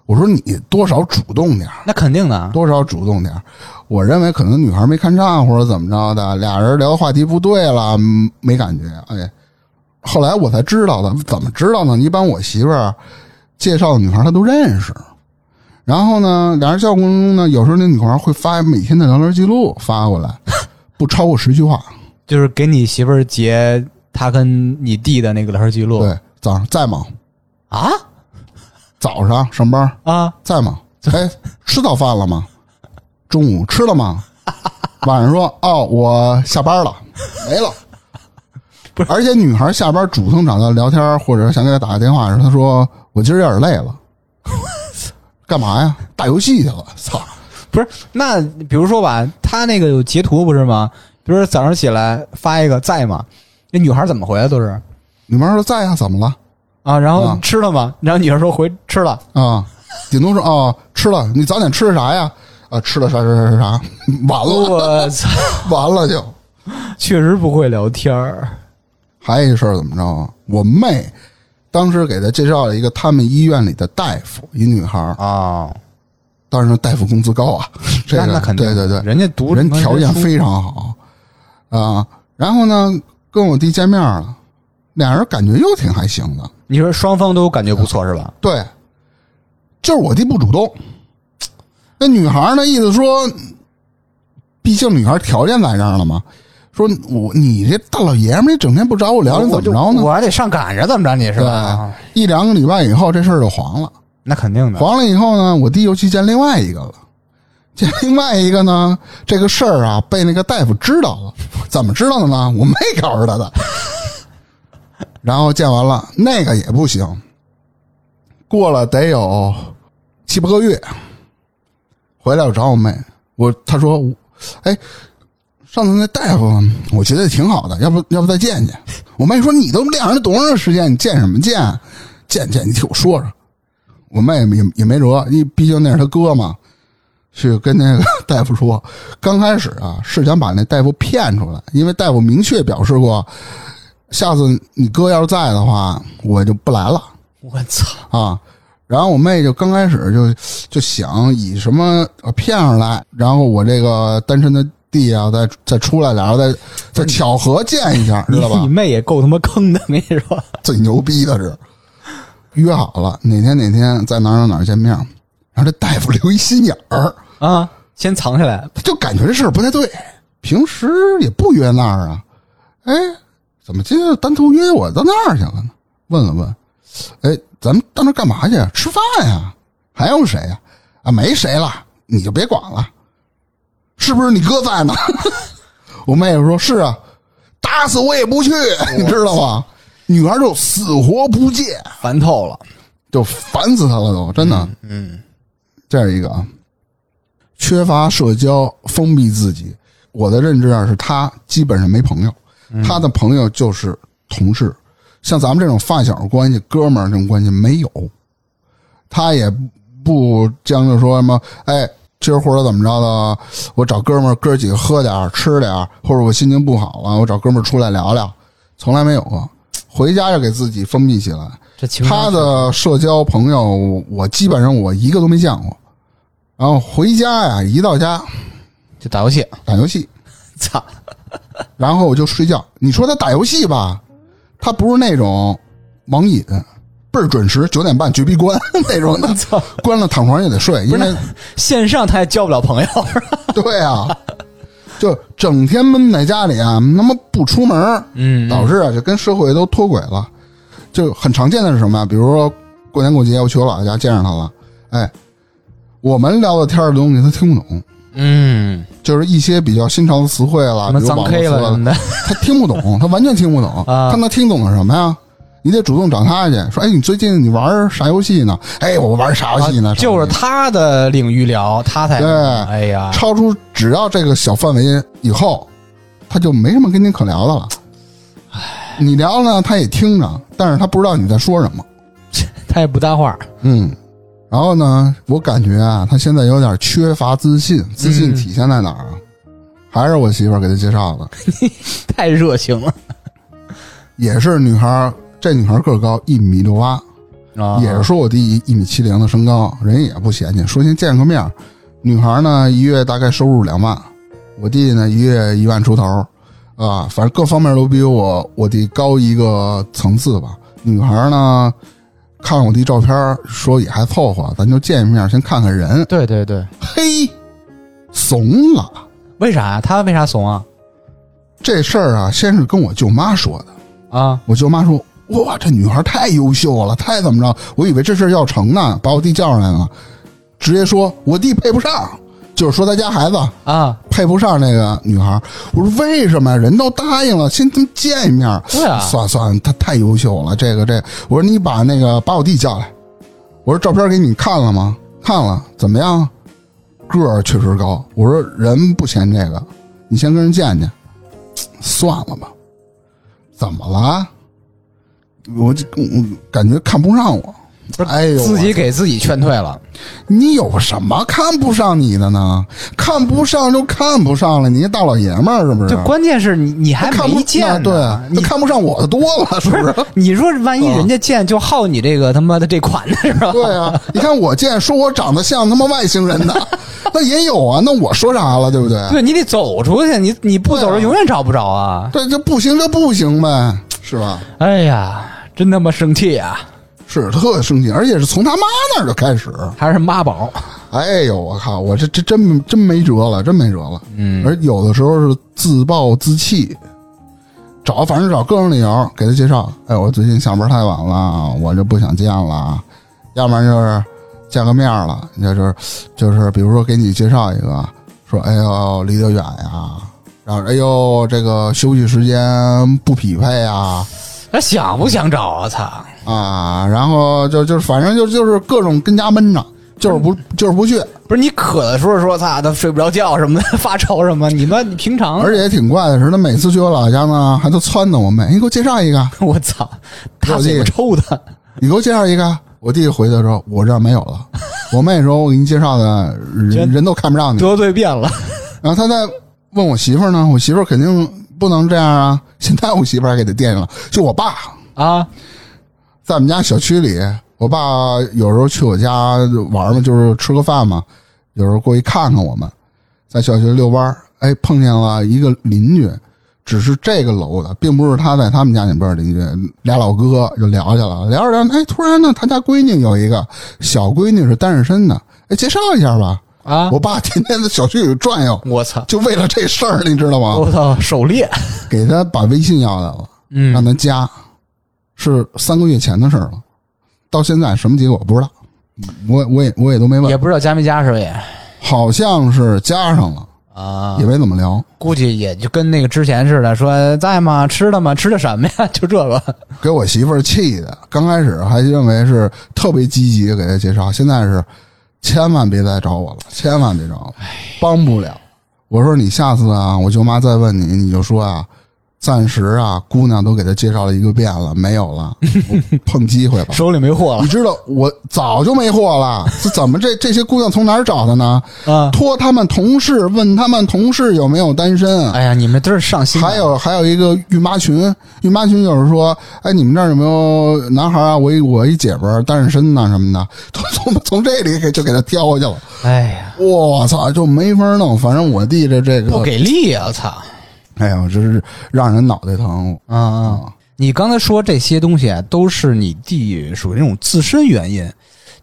[SPEAKER 1] 我说你多少主动点儿，
[SPEAKER 2] 那肯定的啊。
[SPEAKER 1] 多少主动点儿。我认为可能女孩没看上或者怎么着的，俩人聊的话题不对了，嗯没感觉。哎，后来我才知道的，怎么知道呢？一般我媳妇儿介绍的女孩她都认识，然后呢，俩人交往过程中呢，有时候那女孩会发每天的聊天记录发过来，不超过十句话。
[SPEAKER 2] 就是给你媳妇儿截他跟你弟的那个聊天记录。
[SPEAKER 1] 对，早上在吗？
[SPEAKER 2] 啊
[SPEAKER 1] 早上上班
[SPEAKER 2] 啊，
[SPEAKER 1] 在吗？哎，吃早饭了吗？中午吃了吗？晚上说哦，我下班了，没了。而且女孩下班主动找他聊天，或者想给他打个电话的时候，她说我今儿有点累了，干嘛呀？打游戏去了，操！
[SPEAKER 2] 不是，那比如说吧，他那个有截图不是吗？比如说早上起来发一个在吗？那女孩怎么回啊来都是
[SPEAKER 1] 女孩说在呀，怎么了？
[SPEAKER 2] 啊，然后
[SPEAKER 1] 啊
[SPEAKER 2] 吃了吗？然后女孩说回
[SPEAKER 1] (laughs)
[SPEAKER 2] 吃了，
[SPEAKER 1] 啊，顶多说哦，吃了，你早点吃的啥呀？啊，吃了啥啥啥啥啥，完了
[SPEAKER 2] 我操，
[SPEAKER 1] 完了就。
[SPEAKER 2] 确实不会聊天儿。
[SPEAKER 1] 还有一事儿怎么着啊？我妹当时给她介绍了一个他们医院里的大夫，一女孩儿。
[SPEAKER 2] 啊，
[SPEAKER 1] 当然，大夫工资高
[SPEAKER 2] (laughs)
[SPEAKER 1] 啊，这个
[SPEAKER 2] 那那肯定，
[SPEAKER 1] 对对对，
[SPEAKER 2] 人家读
[SPEAKER 1] 人
[SPEAKER 2] 什么
[SPEAKER 1] 条件
[SPEAKER 2] 书
[SPEAKER 1] 非常好啊。然后呢，跟我弟见面了，俩人感觉又挺还行的。
[SPEAKER 2] 你说双方都感觉不错是吧？
[SPEAKER 1] 对，就是我弟不主动。那女孩儿呢，意思说，毕竟女孩儿条件在这儿了嘛，说我你这大老爷们儿，你整天不找我聊，你怎么着呢？
[SPEAKER 2] 我还得上赶着，怎么着你是吧？啊
[SPEAKER 1] 对，一两个礼拜以后，这事儿就黄了。
[SPEAKER 2] 那肯定的。
[SPEAKER 1] 黄了以后呢，我弟又去见另外一个了。见另外一个呢，这个事儿啊，被那个大夫知道了。怎么知道的呢？我妹告诉他的。然后见完了，那个也不行。过了得有七八个月，回来我找我妹，我她说，哎，上次那大夫我觉得挺好的，要不要不再见见？我妹说你都晾人多长时间，你见什么见？见见，你听我说说。我妹也也没辙，因为毕竟那是他哥嘛，去跟那个 (laughs) 大夫说。刚开始啊，是想把那大夫骗出来，因为大夫明确表示过，下次你哥要是在的话，我就不来了
[SPEAKER 2] 我操！
[SPEAKER 1] 啊。然后我妹就刚开始就就想以什么呃骗上来，然后我这个单身的弟啊，再再出来，然后再再巧合见一下，知
[SPEAKER 2] 你
[SPEAKER 1] 道吧？
[SPEAKER 2] 你妹也够他妈坑的，我跟你说，
[SPEAKER 1] 最牛逼的是，约好了哪天哪天在哪儿哪儿哪儿见面，然后这大夫 (laughs) 留一心眼儿，
[SPEAKER 2] 啊，先藏起来，
[SPEAKER 1] 他就感觉这事儿不太对，平时也不约那儿啊，哎，怎么今天单独约我到那儿去了呢？问了问，哎，咱们到那儿干嘛去？吃饭呀、还有谁呀、啊？没谁了，你就别管了，是不是你哥在呢？ (laughs) 我妹夫说：“是啊，打死我也不去，你知道吗？”女孩就死活不见，
[SPEAKER 2] 烦透了。
[SPEAKER 1] 就烦死他了都，真的。嗯，这是一个啊，缺乏社交，封闭自己。我的认知啊，是他基本上没朋友，他的朋友就是同事，像咱们这种发小关系、哥们儿这种关系没有。他也不将就说什么，哎，今儿或者怎么着的，我找哥们儿哥几个喝点儿、吃点儿，或者我心情不好了，我找哥们儿出来聊聊，从来没有过。回家就给自己封闭起来，
[SPEAKER 2] 这情
[SPEAKER 1] 他的社交朋友，我基本上我一个都没见过。然后回家呀，一到家
[SPEAKER 2] 就打游戏，
[SPEAKER 1] 打游戏，
[SPEAKER 2] 操，
[SPEAKER 1] 然后我就睡觉。你说他打游戏吧，他不是那种网瘾，倍儿准时，九点半绝逼关 (laughs) 那种的，
[SPEAKER 2] 操，
[SPEAKER 1] 关了躺床上也得睡，因
[SPEAKER 2] 不是
[SPEAKER 1] 为
[SPEAKER 2] 线上他也交不了朋友，
[SPEAKER 1] 对啊，就整天闷在家里啊，他妈不出门儿，
[SPEAKER 2] 嗯
[SPEAKER 1] 导致啊就跟社会都脱轨了。就很常见的是什么呀、啊比如说过年过节我去我姥姥家见着他了，哎，我们聊的天儿的东西他听不懂，
[SPEAKER 2] 嗯，
[SPEAKER 1] 就是一些比较新潮的词汇啦，啊
[SPEAKER 2] 什
[SPEAKER 1] 比
[SPEAKER 2] 么
[SPEAKER 1] 如
[SPEAKER 2] 脏
[SPEAKER 1] 网络
[SPEAKER 2] K
[SPEAKER 1] 词汇
[SPEAKER 2] 了什
[SPEAKER 1] 啦
[SPEAKER 2] 么的，
[SPEAKER 1] 他听不懂，他完全听不懂。
[SPEAKER 2] 啊
[SPEAKER 1] 他能听懂的什么呀？你得主动找他去，说：“哎，你最近你玩啥游戏呢？”哎，我玩啥游戏呢？啥游戏
[SPEAKER 2] 啊就是他的领域聊，他才
[SPEAKER 1] 对
[SPEAKER 2] 哎呀，
[SPEAKER 1] 超出只要这个小范围以后，他就没什么跟你可聊的了。你聊呢，他也听着，但是他不知道你在说什么。
[SPEAKER 2] 他也不搭话，
[SPEAKER 1] 嗯，然后呢，我感觉啊，他现在有点缺乏自信，自信体现在哪儿啊？还是我媳妇儿给他介绍的，
[SPEAKER 2] 太热情了，
[SPEAKER 1] 也是女孩儿，这女孩儿个儿高，一米六八，
[SPEAKER 2] 啊
[SPEAKER 1] 也是说我弟一米七零的身高，人也不嫌弃，说先见个面儿。女孩呢，一月大概收入两万，我弟呢一月一万出头，啊，反正各方面都比我我弟高一个层次吧。女孩呢，看我弟照片儿说也还凑合，咱就见一面，先看看人。
[SPEAKER 2] 对对对，
[SPEAKER 1] 嘿，怂了，
[SPEAKER 2] 为啥呀？他为啥怂啊？
[SPEAKER 1] 这事儿啊，先是跟我舅妈说的。
[SPEAKER 2] 啊，
[SPEAKER 1] 我舅妈说：“哇，这女孩太优秀了，太怎么着？我以为这事儿要成呢，把我弟叫上来了，直接说我弟配不上，就是说他家孩子
[SPEAKER 2] 啊，
[SPEAKER 1] 配不上那个女孩。”我说：“为什么呀？人都答应了，先他妈见一面。”
[SPEAKER 2] 对啊
[SPEAKER 1] 算算他太优秀了，这个这个我说你把那个把我弟叫来，我说照片给你看了吗？看了，怎么样？个儿确实高，我说人不嫌这个，你先跟人见见，算了吧。怎么了？我就我感觉看不上我，
[SPEAKER 2] 不是
[SPEAKER 1] 哎呦，
[SPEAKER 2] 自己给自己劝退了，
[SPEAKER 1] 你有什么看不上你的呢？看不上就看不上了，你一大老爷们儿是不是啊
[SPEAKER 2] 就？关键是你你还
[SPEAKER 1] 看不
[SPEAKER 2] 没见
[SPEAKER 1] 那
[SPEAKER 2] 呢，
[SPEAKER 1] 对，啊
[SPEAKER 2] 你
[SPEAKER 1] 他看不上我的多
[SPEAKER 2] (laughs)
[SPEAKER 1] 了，是不是？
[SPEAKER 2] 你说万一人家见就好你这个他妈的这款的是吧？
[SPEAKER 1] 对啊，你看我见说我长得像他妈外星人的， (laughs) 那也有啊，那我说啥了，对不对？
[SPEAKER 2] (laughs) 对你得走出去，你你不走
[SPEAKER 1] 对啊
[SPEAKER 2] 人永远找不着啊！
[SPEAKER 1] 对，这不行，这不行呗，是吧？
[SPEAKER 2] 哎呀，真他妈生气啊！
[SPEAKER 1] 是特生气，而且是从他妈那儿就开始。
[SPEAKER 2] 还是妈宝，
[SPEAKER 1] 哎呦，我靠，我这这真真没辙了，真没辙了。
[SPEAKER 2] 嗯，
[SPEAKER 1] 而有的时候是自暴自弃，找反正找各种理由给他介绍。哎，我最近下班太晚了，我就不想见了。要不然就是见个面了，就是就是比如说给你介绍一个，说哎呦离得远呀，然后哎呦这个休息时间不匹配呀
[SPEAKER 2] 他想不想找啊？操！
[SPEAKER 1] 啊，然后就就反正就就是各种跟家闷着，就是不就是不去。
[SPEAKER 2] 不是你渴的时候说操，他睡不着觉什么的， (laughs) 发愁什么？你妈你平常，
[SPEAKER 1] 而且也挺怪的是，他每次去我姥姥家呢，还都撺掇我妹，你给我介绍一个，
[SPEAKER 2] (laughs) 我操，大
[SPEAKER 1] 我
[SPEAKER 2] 嘴
[SPEAKER 1] 这
[SPEAKER 2] 巴抽的，
[SPEAKER 1] 你给我介绍一个。啊我弟回的时候，我这儿没有了。我妹说，我给你介绍的人
[SPEAKER 2] 真
[SPEAKER 1] 人都看不上你。
[SPEAKER 2] 得罪遍了，
[SPEAKER 1] 然后他再问我媳妇儿呢，我媳妇儿肯定不能这样啊。现在我媳妇儿还给他惦记了，就我爸
[SPEAKER 2] 啊，
[SPEAKER 1] 在我们家小区里，我爸有时候去我家玩嘛，就是吃个饭嘛，有时候过去看看我们，在小区遛弯儿，哎，碰见了一个邻居，只是这个楼的，并不是他在他们家那边的邻居，俩老哥就聊去了，聊着聊着，哎，突然呢，他家闺女有一个小闺女是单身的，哎，介绍一下吧。
[SPEAKER 2] 啊，
[SPEAKER 1] 我爸天天在小区里转悠，
[SPEAKER 2] 我操，
[SPEAKER 1] 就为了这事儿，你知道吗？
[SPEAKER 2] 我操，狩猎，
[SPEAKER 1] 给他把微信要来了，
[SPEAKER 2] 嗯
[SPEAKER 1] 让他加，是三个月前的事儿了，到现在什么结果不知道，我我也我也都没
[SPEAKER 2] 也
[SPEAKER 1] 问，
[SPEAKER 2] 不知道加没加是吧？也
[SPEAKER 1] 好像是加上了，
[SPEAKER 2] 啊
[SPEAKER 1] 也，没怎么聊，
[SPEAKER 2] 估计也就跟那个之前似的，说在吗？吃的吗？吃的什么呀？ (laughs) 就这个，
[SPEAKER 1] 给我媳妇儿气的，刚开始还认为是特别积极地给他介绍，现在是千万别再找我了，千万别找我，帮不了。我说你下次啊，我舅妈再问你，你就说啊，暂时啊，姑娘都给他介绍了一个遍了，没有了，
[SPEAKER 2] (laughs)
[SPEAKER 1] 我碰机会吧。
[SPEAKER 2] 手里没货
[SPEAKER 1] 你知道我早就没货了，这怎么这这些姑娘从哪儿找的呢？
[SPEAKER 2] 了啊！
[SPEAKER 1] 托他们同事问他们同事有没有单身啊？
[SPEAKER 2] 哎呀，你们都是上心的，啊
[SPEAKER 1] 还有还有一个孕妈群，孕妈群就是说，哎，你们这儿有没有男孩啊？我一我一姐们儿单身呐、什么的， (laughs) 从从从这里给就给他挑过去了。
[SPEAKER 2] 哎呀，
[SPEAKER 1] 我操，就没法弄。反正我弟这这个
[SPEAKER 2] 不给力啊！操，
[SPEAKER 1] 哎呀，真是让人脑袋疼
[SPEAKER 2] 啊啊！你刚才说这些东西啊，都是你弟属于那种自身原因。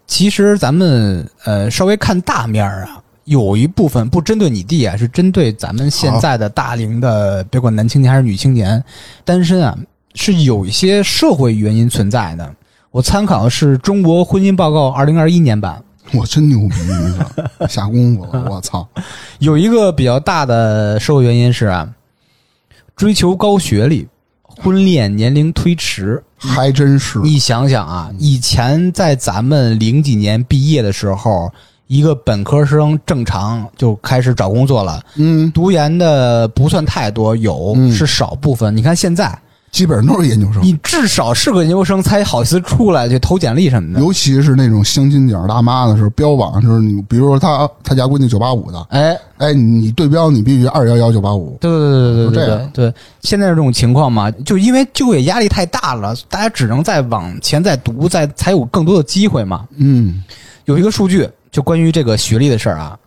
[SPEAKER 2] 其实咱们呃稍微看大面儿啊，有一部分不针对你弟啊，是针对咱们现在的大龄的，别管男青年还是女青年，单身啊，是有一些社会原因存在的。我参考的是《中国婚姻报告》二零二一年版，
[SPEAKER 1] 我真牛逼，你说下功夫
[SPEAKER 2] (laughs)
[SPEAKER 1] 了，我操！
[SPEAKER 2] 有一个比较大的社会原因是啊，追求高学历，婚恋年龄推迟。
[SPEAKER 1] 还真是
[SPEAKER 2] 你想想啊，以前在咱们零几年毕业的时候，一个本科生正常就开始找工作了，
[SPEAKER 1] 嗯，
[SPEAKER 2] 读研的不算太多，有
[SPEAKER 1] 嗯
[SPEAKER 2] 是少部分。你看现在，
[SPEAKER 1] 基本上都是研究生，
[SPEAKER 2] 你至少是个研究生才好意思出来去投简历什么的。
[SPEAKER 1] 尤其是那种相亲角大妈的时候，标榜就是你，比如说他他家闺女九八五的，
[SPEAKER 2] 哎，
[SPEAKER 1] 哎，你对标你必须二幺幺九八五，
[SPEAKER 2] 对对对对
[SPEAKER 1] 就
[SPEAKER 2] 对
[SPEAKER 1] 这
[SPEAKER 2] 对
[SPEAKER 1] 样
[SPEAKER 2] 对，现在这种情况嘛，就因为就业压力太大了，大家只能再往前再读，再才有更多的机会嘛。
[SPEAKER 1] 嗯，
[SPEAKER 2] 有一个数据，就关于这个学历的事儿啊，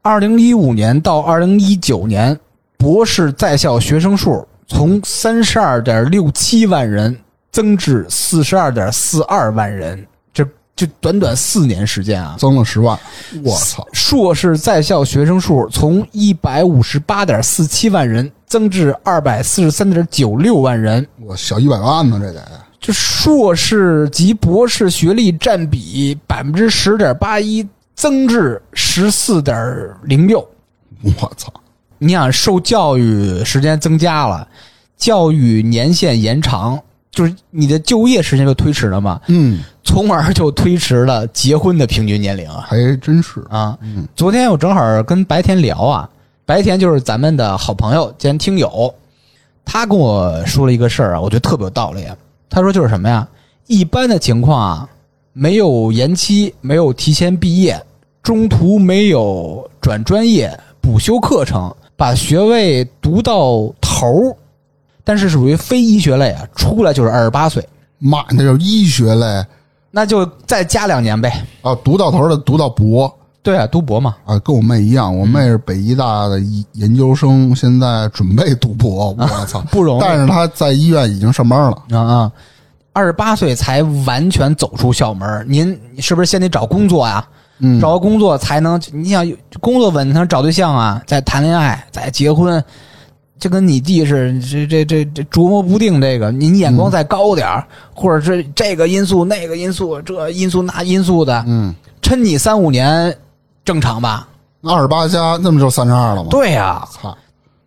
[SPEAKER 2] 二零一五年到二零一九年，博士在校学生数从三十二点六七万人增至四十二点四二万人，这就短短四年时间啊。
[SPEAKER 1] 增了十万，我操，
[SPEAKER 2] 硕士在校学生数从一百五十八点四七万人增至二百四十三点九六万人，
[SPEAKER 1] 我小一百万呢，这得，
[SPEAKER 2] 就硕士及博士学历占比百分之十点八一，增至十四点零六。
[SPEAKER 1] 我操，
[SPEAKER 2] 你想，受教育时间增加了，教育年限延长，就是你的就业时间就推迟了嘛，
[SPEAKER 1] 嗯，
[SPEAKER 2] 从而就推迟了结婚的平均年龄啊。
[SPEAKER 1] 还真是，
[SPEAKER 2] 啊，
[SPEAKER 1] 嗯
[SPEAKER 2] 昨天我正好跟白天聊啊，白天就是咱们的好朋友兼听友，他跟我说了一个事儿啊，我觉得特别有道理。他说就是什么呀？一般的情况啊，没有延期，没有提前毕业，中途没有转专业、补修课程，把学位读到头儿，但是属于非医学类啊，出来就是二十八岁，
[SPEAKER 1] 妈，那叫医学类
[SPEAKER 2] 那就再加两年呗。
[SPEAKER 1] 啊，读到头的读到博
[SPEAKER 2] 对啊，读博嘛。
[SPEAKER 1] 啊，跟我妹一样，我妹是北医大的一研究生，现在准备读博， (laughs) 我操，
[SPEAKER 2] 不容易
[SPEAKER 1] 但是她在医院已经上班了，
[SPEAKER 2] 啊啊，二十八岁才完全走出校门儿，您是不是先得找工作呀？
[SPEAKER 1] 嗯，
[SPEAKER 2] 找个工作才能，你想工作稳当找对象啊，再谈恋爱，再结婚，这跟你弟是这这这这琢磨不定。这个你眼光再高点儿，或者是这个因素那个因素，这因素那因素的，
[SPEAKER 1] 嗯，
[SPEAKER 2] 抻你三五年正常吧？
[SPEAKER 1] 那二十八加那么就三十二了吗？
[SPEAKER 2] 对呀、
[SPEAKER 1] 操，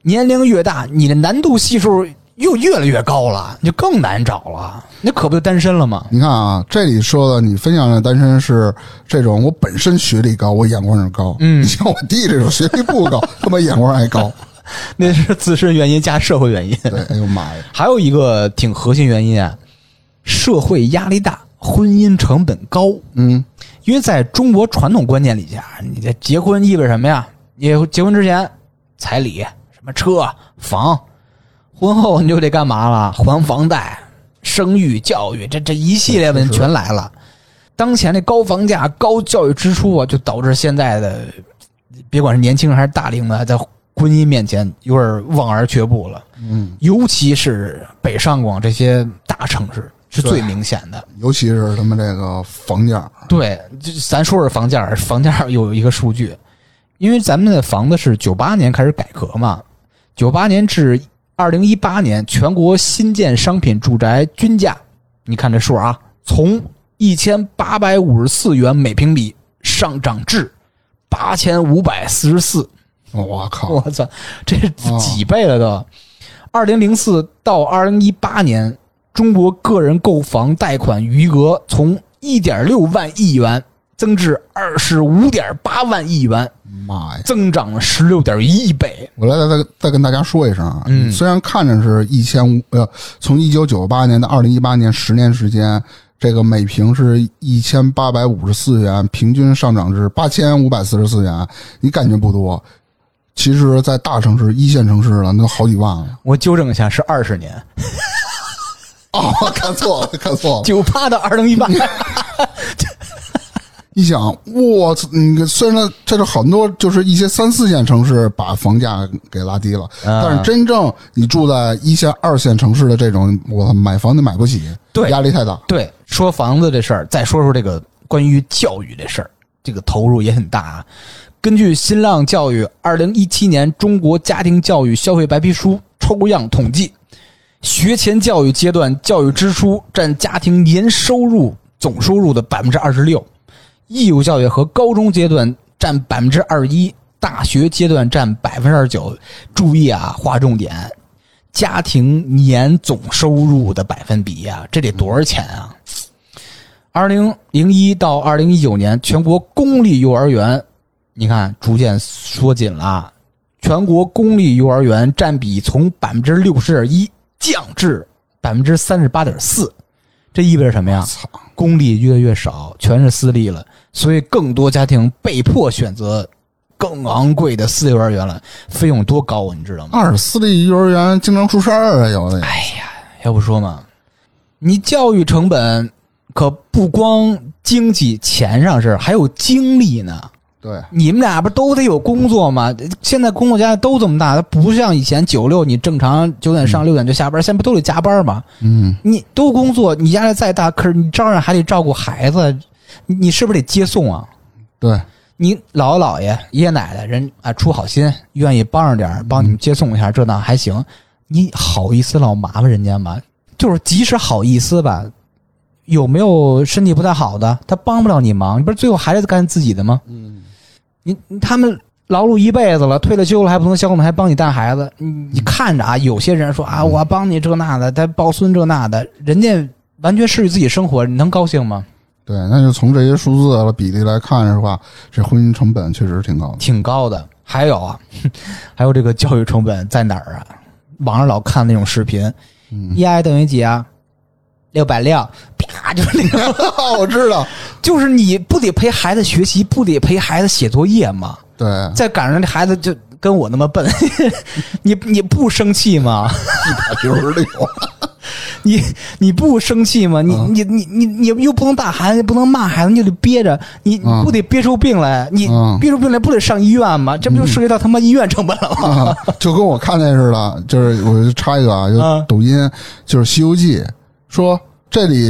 [SPEAKER 2] 年龄越大，你的难度系数又越来越高了，你就更难找了，那可不就单身了吗？
[SPEAKER 1] 你看啊，这里说的你分享的单身是这种，我本身学历高，我眼光是高。
[SPEAKER 2] 嗯
[SPEAKER 1] 你像我弟这种学历不高，他妈眼光还高。
[SPEAKER 2] (laughs) 那是自身原因加社会原因，
[SPEAKER 1] 对，哎呦妈呀，
[SPEAKER 2] 还有一个挺核心原因啊，社会压力大，婚姻成本高。
[SPEAKER 1] 嗯，
[SPEAKER 2] 因为在中国传统观念里下，你这结婚意味着什么呀？你结婚之前彩礼、什么车、房，婚后你就得干嘛了？还房贷、生育、教育，这这一系列问题全来了。当前这高房价、高教育支出啊，就导致现在的，别管是年轻人还是大龄的，在婚姻面前有点望而却步了。
[SPEAKER 1] 嗯，
[SPEAKER 2] 尤其是北上广这些大城市是最明显的。
[SPEAKER 1] 尤其是他们这个房价，
[SPEAKER 2] 对，就咱说说房价儿，房价儿有一个数据，因为咱们的房子是九八年开始改革嘛，九八年至二零一八年，全国新建商品住宅均价，你看这数啊，从一千八百五十四元每平米上涨至八千五百四十四，
[SPEAKER 1] 我
[SPEAKER 2] (laughs) 我
[SPEAKER 1] 靠，
[SPEAKER 2] 操，这是几倍了都？二零零四到二零一八年，中国个人购房贷款余额从一点六万亿元增至二十五点八万亿元，
[SPEAKER 1] 妈呀！
[SPEAKER 2] 增长了十六点一倍。
[SPEAKER 1] 我来再再再跟大家说一声啊，
[SPEAKER 2] 嗯
[SPEAKER 1] 虽然看着是一千五，呃，从一九九八年到二零一八年十年时间，这个每平是一千八百五十四元，平均上涨至八千五百四十四元，你感觉不多？其实，在大城市、一线城市了，那都好几万了。 (laughs)
[SPEAKER 2] 我纠正一下，是二十年，
[SPEAKER 1] 哦，看错了，看错了。
[SPEAKER 2] (laughs) 九八到二零一八，
[SPEAKER 1] 你想，我操！你虽然这是很多就是一些三四线城市把房价给拉低了，
[SPEAKER 2] 啊
[SPEAKER 1] 但是真正你住在一线、二线城市的这种，我操买房你买不起，
[SPEAKER 2] 对
[SPEAKER 1] 压力太大。
[SPEAKER 2] 对，说房子这事儿，再说说这个关于教育这事儿，这个投入也很大啊。根据新浪教育二零一七年中国家庭教育消费白皮书抽样统计，学前教育阶段教育支出占家庭年收入总收入的百分之二十六，义务教育和高中阶段占百分之二一，大学阶段占百分之二十九。注意啊，划重点，家庭年总收入的百分比呀、这得多少钱啊？二零零一到二零一九年，全国公立幼儿园，你看逐渐缩紧了啊。全国公立幼儿园占比从百分之六十点一降至百分之三十八点四，这意味着什么呀？
[SPEAKER 1] 操，
[SPEAKER 2] 公立越来越少，全是私立了，所以更多家庭被迫选择更昂贵的私立幼儿园了，费用多高啊，你知道吗？
[SPEAKER 1] 二私立幼儿园经常出事儿啊，有的。
[SPEAKER 2] 哎呀，要不说嘛，你教育成本可不光经济钱上是，还有精力呢。
[SPEAKER 1] 对，
[SPEAKER 2] 你们俩不都得有工作吗？现在工作压力都这么大，它不像以前九六你正常九点上六点就下班，现在不都得加班吗？
[SPEAKER 1] 嗯，
[SPEAKER 2] 你都工作，你压力再大，可是你照样还得照顾孩子，你你是不是得接送啊？
[SPEAKER 1] 对，
[SPEAKER 2] 你姥姥姥爷、爷爷奶奶人啊，出好心，愿意帮着点儿，帮你们接送一下，这那还行。你好意思老麻烦人家吗？就是即使好意思吧，有没有身体不太好的，他帮不了你忙，你不是最后还是干自己的吗？
[SPEAKER 1] 嗯，
[SPEAKER 2] 你你他们劳碌一辈子了，退了休了还不能消们还帮你带孩子，你你看着啊，有些人说啊，我帮你这那的，他抱孙这那的，人家完全失去自己生活，你能高兴吗？
[SPEAKER 1] 对，那就从这些数字和比例来看的话，这婚姻成本确实挺高的。
[SPEAKER 2] 挺高的。还有啊， (laughs) 还有这个教育成本在哪儿啊？网上老看那种视频，
[SPEAKER 1] 嗯
[SPEAKER 2] 一 i 等于几啊？六百六，啪就是那个， (laughs)
[SPEAKER 1] (laughs) 我知道，
[SPEAKER 2] 就是你不得陪孩子学习，不得陪孩子写作业吗？
[SPEAKER 1] 对，
[SPEAKER 2] 再赶上这孩子就跟我那么笨， (laughs) 你你不生气吗？ (laughs)
[SPEAKER 1] 六十六，
[SPEAKER 2] 你你不生气吗？你
[SPEAKER 1] 嗯
[SPEAKER 2] 你你你你又不能打孩子，不能骂孩子，你就得憋着，你你
[SPEAKER 1] 嗯
[SPEAKER 2] 不得憋出病来？你
[SPEAKER 1] 嗯
[SPEAKER 2] 憋出病来不得上医院吗？这不就涉及到他妈医院成本了吗？
[SPEAKER 1] 啊，就跟我看那似的，就是我就插一个啊，就
[SPEAKER 2] 啊
[SPEAKER 1] 抖音就是《西游记》，说这里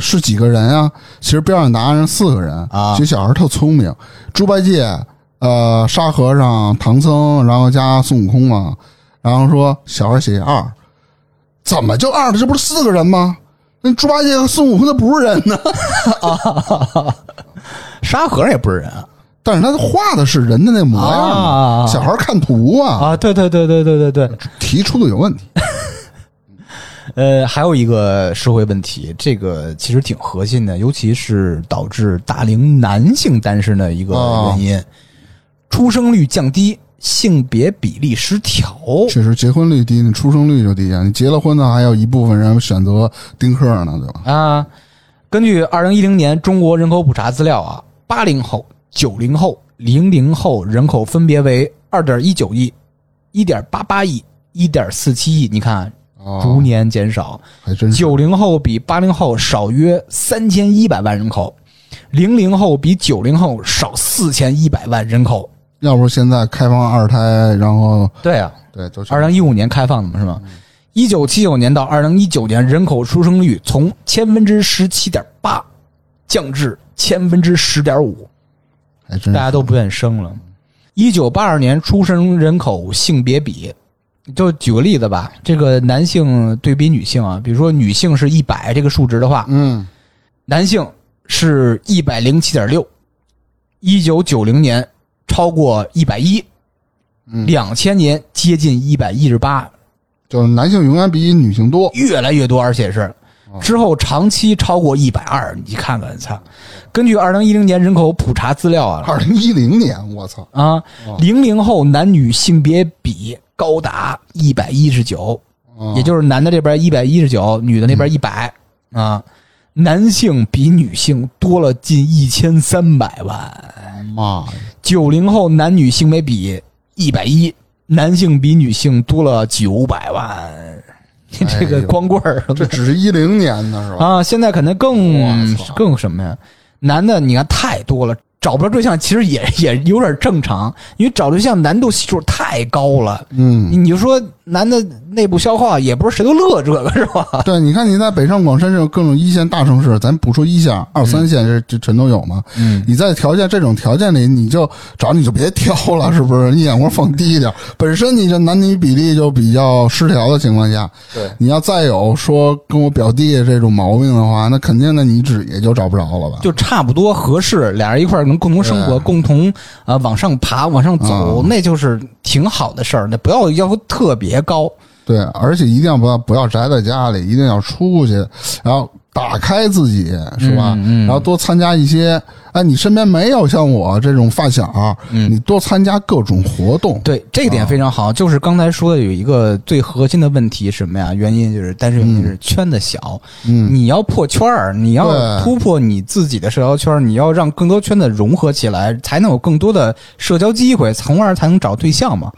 [SPEAKER 1] 是几个人啊？其实边上拿人四个人
[SPEAKER 2] 啊
[SPEAKER 1] 其实小孩特聪明，猪八戒、呃沙和尚、唐僧，然后加孙悟空嘛，然后说小孩写二，怎么就二了？这不是四个人吗？那猪八戒和孙悟空他不是人呢，
[SPEAKER 2] 沙和尚也不是人啊！
[SPEAKER 1] 但是他画的是人的那模样嘛
[SPEAKER 2] 啊
[SPEAKER 1] 小孩看图啊，
[SPEAKER 2] 啊，对对对对对对对，
[SPEAKER 1] 提出的有问题。
[SPEAKER 2] 呃，还有一个社会问题，这个其实挺核心的，尤其是导致大龄男性单身的一个
[SPEAKER 1] 哦
[SPEAKER 2] 原因，出生率降低，性别比例失调。
[SPEAKER 1] 确实，结婚率低，你出生率就低啊。你结了婚呢，还有一部分人选择丁克呢，对吧？
[SPEAKER 2] 啊，根据二零一零年中国人口普查资料啊，八零后、九零后、零零后人口分别为二点一九亿、一点八八亿、一点四七亿，你看逐
[SPEAKER 1] 哦，
[SPEAKER 2] 年减少。
[SPEAKER 1] 还真是
[SPEAKER 2] 九零后比八零后少约三千一百万人口，零零后比九零后少四千一百万人口。
[SPEAKER 1] 要不现在开放二胎，然后
[SPEAKER 2] 对啊，
[SPEAKER 1] 对，都是
[SPEAKER 2] 二零一五年开放的嘛，是吗？一九七九年到二零一九年，人口出生率从千分之十七点八降至千分之十点五，
[SPEAKER 1] 还真
[SPEAKER 2] 大
[SPEAKER 1] 是
[SPEAKER 2] 家都不愿意生了。一九八二年出生人口性别比，就举个例子吧，这个男性对比女性啊，比如说女性是一百这个数值的话，
[SPEAKER 1] 嗯，
[SPEAKER 2] 男性是一百零七点六，一九九零年超过一百一，两千年接近一百一十八，
[SPEAKER 1] 就是男性永远比女性多。
[SPEAKER 2] 越来越多，而且是之后长期超过一百二，你看看，操！根据二零一零年人口普查资料啊，
[SPEAKER 1] 二零一零年，我操，
[SPEAKER 2] 啊，零零后男女性别比高达一百一十九，
[SPEAKER 1] 啊
[SPEAKER 2] 也就是男的这边一百一十九，女的那边一百、啊，男性比女性多了近一千三百万。
[SPEAKER 1] 妈呀，
[SPEAKER 2] 九零后男女性别比一百一，男性比女性多了九百万， (laughs) 这
[SPEAKER 1] 哎
[SPEAKER 2] 个
[SPEAKER 1] 呦
[SPEAKER 2] 光棍儿、啊
[SPEAKER 1] 这只是一零年的是吧？
[SPEAKER 2] 啊，现在可能更
[SPEAKER 1] 我操
[SPEAKER 2] 更什么呀？男的你看太多了，找不着对象其实也 (laughs) 也有点正常，因为找对象难度系数太高了。
[SPEAKER 1] 嗯，
[SPEAKER 2] 你就说男的内部消化也不是谁都乐这个是吧？
[SPEAKER 1] 对，你看你在北上广深这种各种一线大城市，咱不说一线、二三线，这这全都有嘛。
[SPEAKER 2] 嗯，
[SPEAKER 1] 你在条件这种条件里，你就找你就别挑了，是不是？你眼光放低一点，本身你这男女比例就比较失调的情况下，
[SPEAKER 2] 对，
[SPEAKER 1] 你要再有说跟我表弟这种毛病的话，那肯定的你只也就找不着了吧？
[SPEAKER 2] 就差不多合适，俩人一块儿能共同生
[SPEAKER 1] 对
[SPEAKER 2] 活，共同呃往上爬、往上走，那就是挺好的事儿。那不要要求特别高，
[SPEAKER 1] 对，而且一定要不要不要宅在家里，一定要出去，然后打开自己，是吧？
[SPEAKER 2] 嗯嗯
[SPEAKER 1] 然后多参加一些，哎，你身边没有像我这种发小，啊
[SPEAKER 2] 嗯
[SPEAKER 1] 你多参加各种活动。
[SPEAKER 2] 对，这个点非常好。就是刚才说的有一个最核心的问题是什么呀？原因就是，但是原因就是圈子小，
[SPEAKER 1] 嗯，
[SPEAKER 2] 你要破圈儿，你要
[SPEAKER 1] 对
[SPEAKER 2] 突破你自己的社交圈儿，你要让更多圈子融合起来，才能有更多的社交机会，从而才能找对象嘛。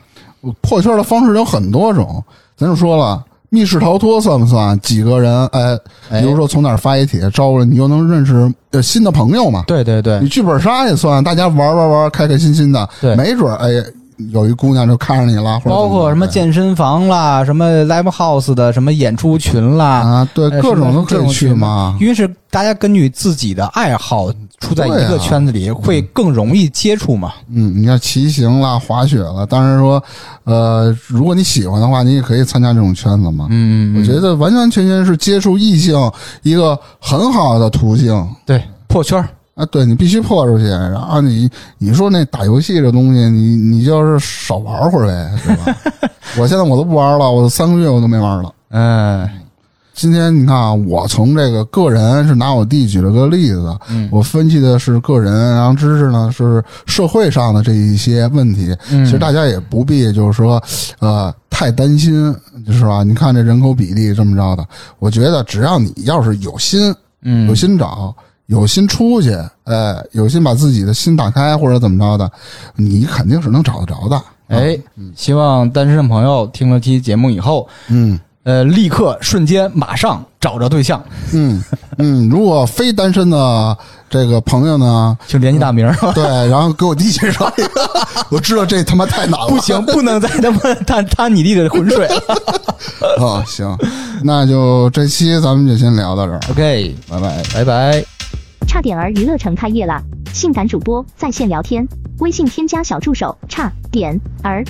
[SPEAKER 1] 破圈的方式有很多种，咱就说了。密室逃脱算不算？几个人，哎，
[SPEAKER 2] 哎
[SPEAKER 1] 比如说从哪儿发一帖招了，你又能认识呃新的朋友嘛？
[SPEAKER 2] 对对对
[SPEAKER 1] 你，剧本杀也算，大家玩玩玩，开开心心的，
[SPEAKER 2] 对
[SPEAKER 1] 没准儿哎，有一姑娘就看上你了，或者
[SPEAKER 2] 包括什
[SPEAKER 1] 怎
[SPEAKER 2] 么
[SPEAKER 1] 着对
[SPEAKER 2] 健身房啦，什么 live house 的什么演出群啦，
[SPEAKER 1] 啊，对，
[SPEAKER 2] 呃
[SPEAKER 1] 各种都可以
[SPEAKER 2] 什么各种
[SPEAKER 1] 去
[SPEAKER 2] 群
[SPEAKER 1] 嘛。
[SPEAKER 2] 因为是大家根据自己的爱好处在一
[SPEAKER 1] 对
[SPEAKER 2] 个
[SPEAKER 1] 啊
[SPEAKER 2] 圈子里，会更容易接触嘛。
[SPEAKER 1] 嗯，你像骑行啦、滑雪啦，当然说，呃，如果你喜欢的话，你也可以参加这种圈子嘛。
[SPEAKER 2] 嗯，
[SPEAKER 1] 我觉得完完全全是接触异性一个很好的途径
[SPEAKER 2] 嗯对，破圈儿。
[SPEAKER 1] 啊！对你必须破出去，然后你你说那打游戏这东西，你你就是少玩会儿呗，是吧？ (laughs) 我现在我都不玩了，我三个月我都没玩了。
[SPEAKER 2] 嗯
[SPEAKER 1] 今天你看啊，我从这个个人是拿我弟举了个例子，
[SPEAKER 2] 嗯
[SPEAKER 1] 我分析的是个人，然后知识呢是社会上的这一些问题。
[SPEAKER 2] 嗯
[SPEAKER 1] 其实大家也不必就是说，呃，太担心，就是吧？你看这人口比例这么着的，我觉得只要你要是有心，
[SPEAKER 2] 嗯
[SPEAKER 1] 有心找，有心出去，呃，有心把自己的心打开或者怎么着的，你肯定是能找得着的。
[SPEAKER 2] 哎，希望单身的朋友听了期节目以后，
[SPEAKER 1] 嗯。
[SPEAKER 2] 呃，立刻瞬间马上找着对象，
[SPEAKER 1] 嗯嗯，如果非单身的这个朋友呢， (laughs)
[SPEAKER 2] 请联系大名儿。
[SPEAKER 1] 对，然后给我弟介绍一个，我知道这他妈太难了。
[SPEAKER 2] 不行，不能再他妈贪贪你弟的浑
[SPEAKER 1] (laughs)
[SPEAKER 2] 水了。
[SPEAKER 1] 啊、行，那就这期咱们就先聊到这儿，
[SPEAKER 2] OK，
[SPEAKER 1] 拜拜。
[SPEAKER 2] 拜拜。
[SPEAKER 3] 差点儿娱乐城开业了，性感主播在线聊天，微信添加小助手差点儿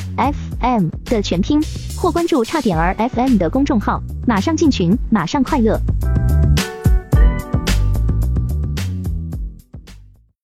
[SPEAKER 3] FM 的全拼，或关注差点儿 FM 的公众号，马上进群，马上快乐。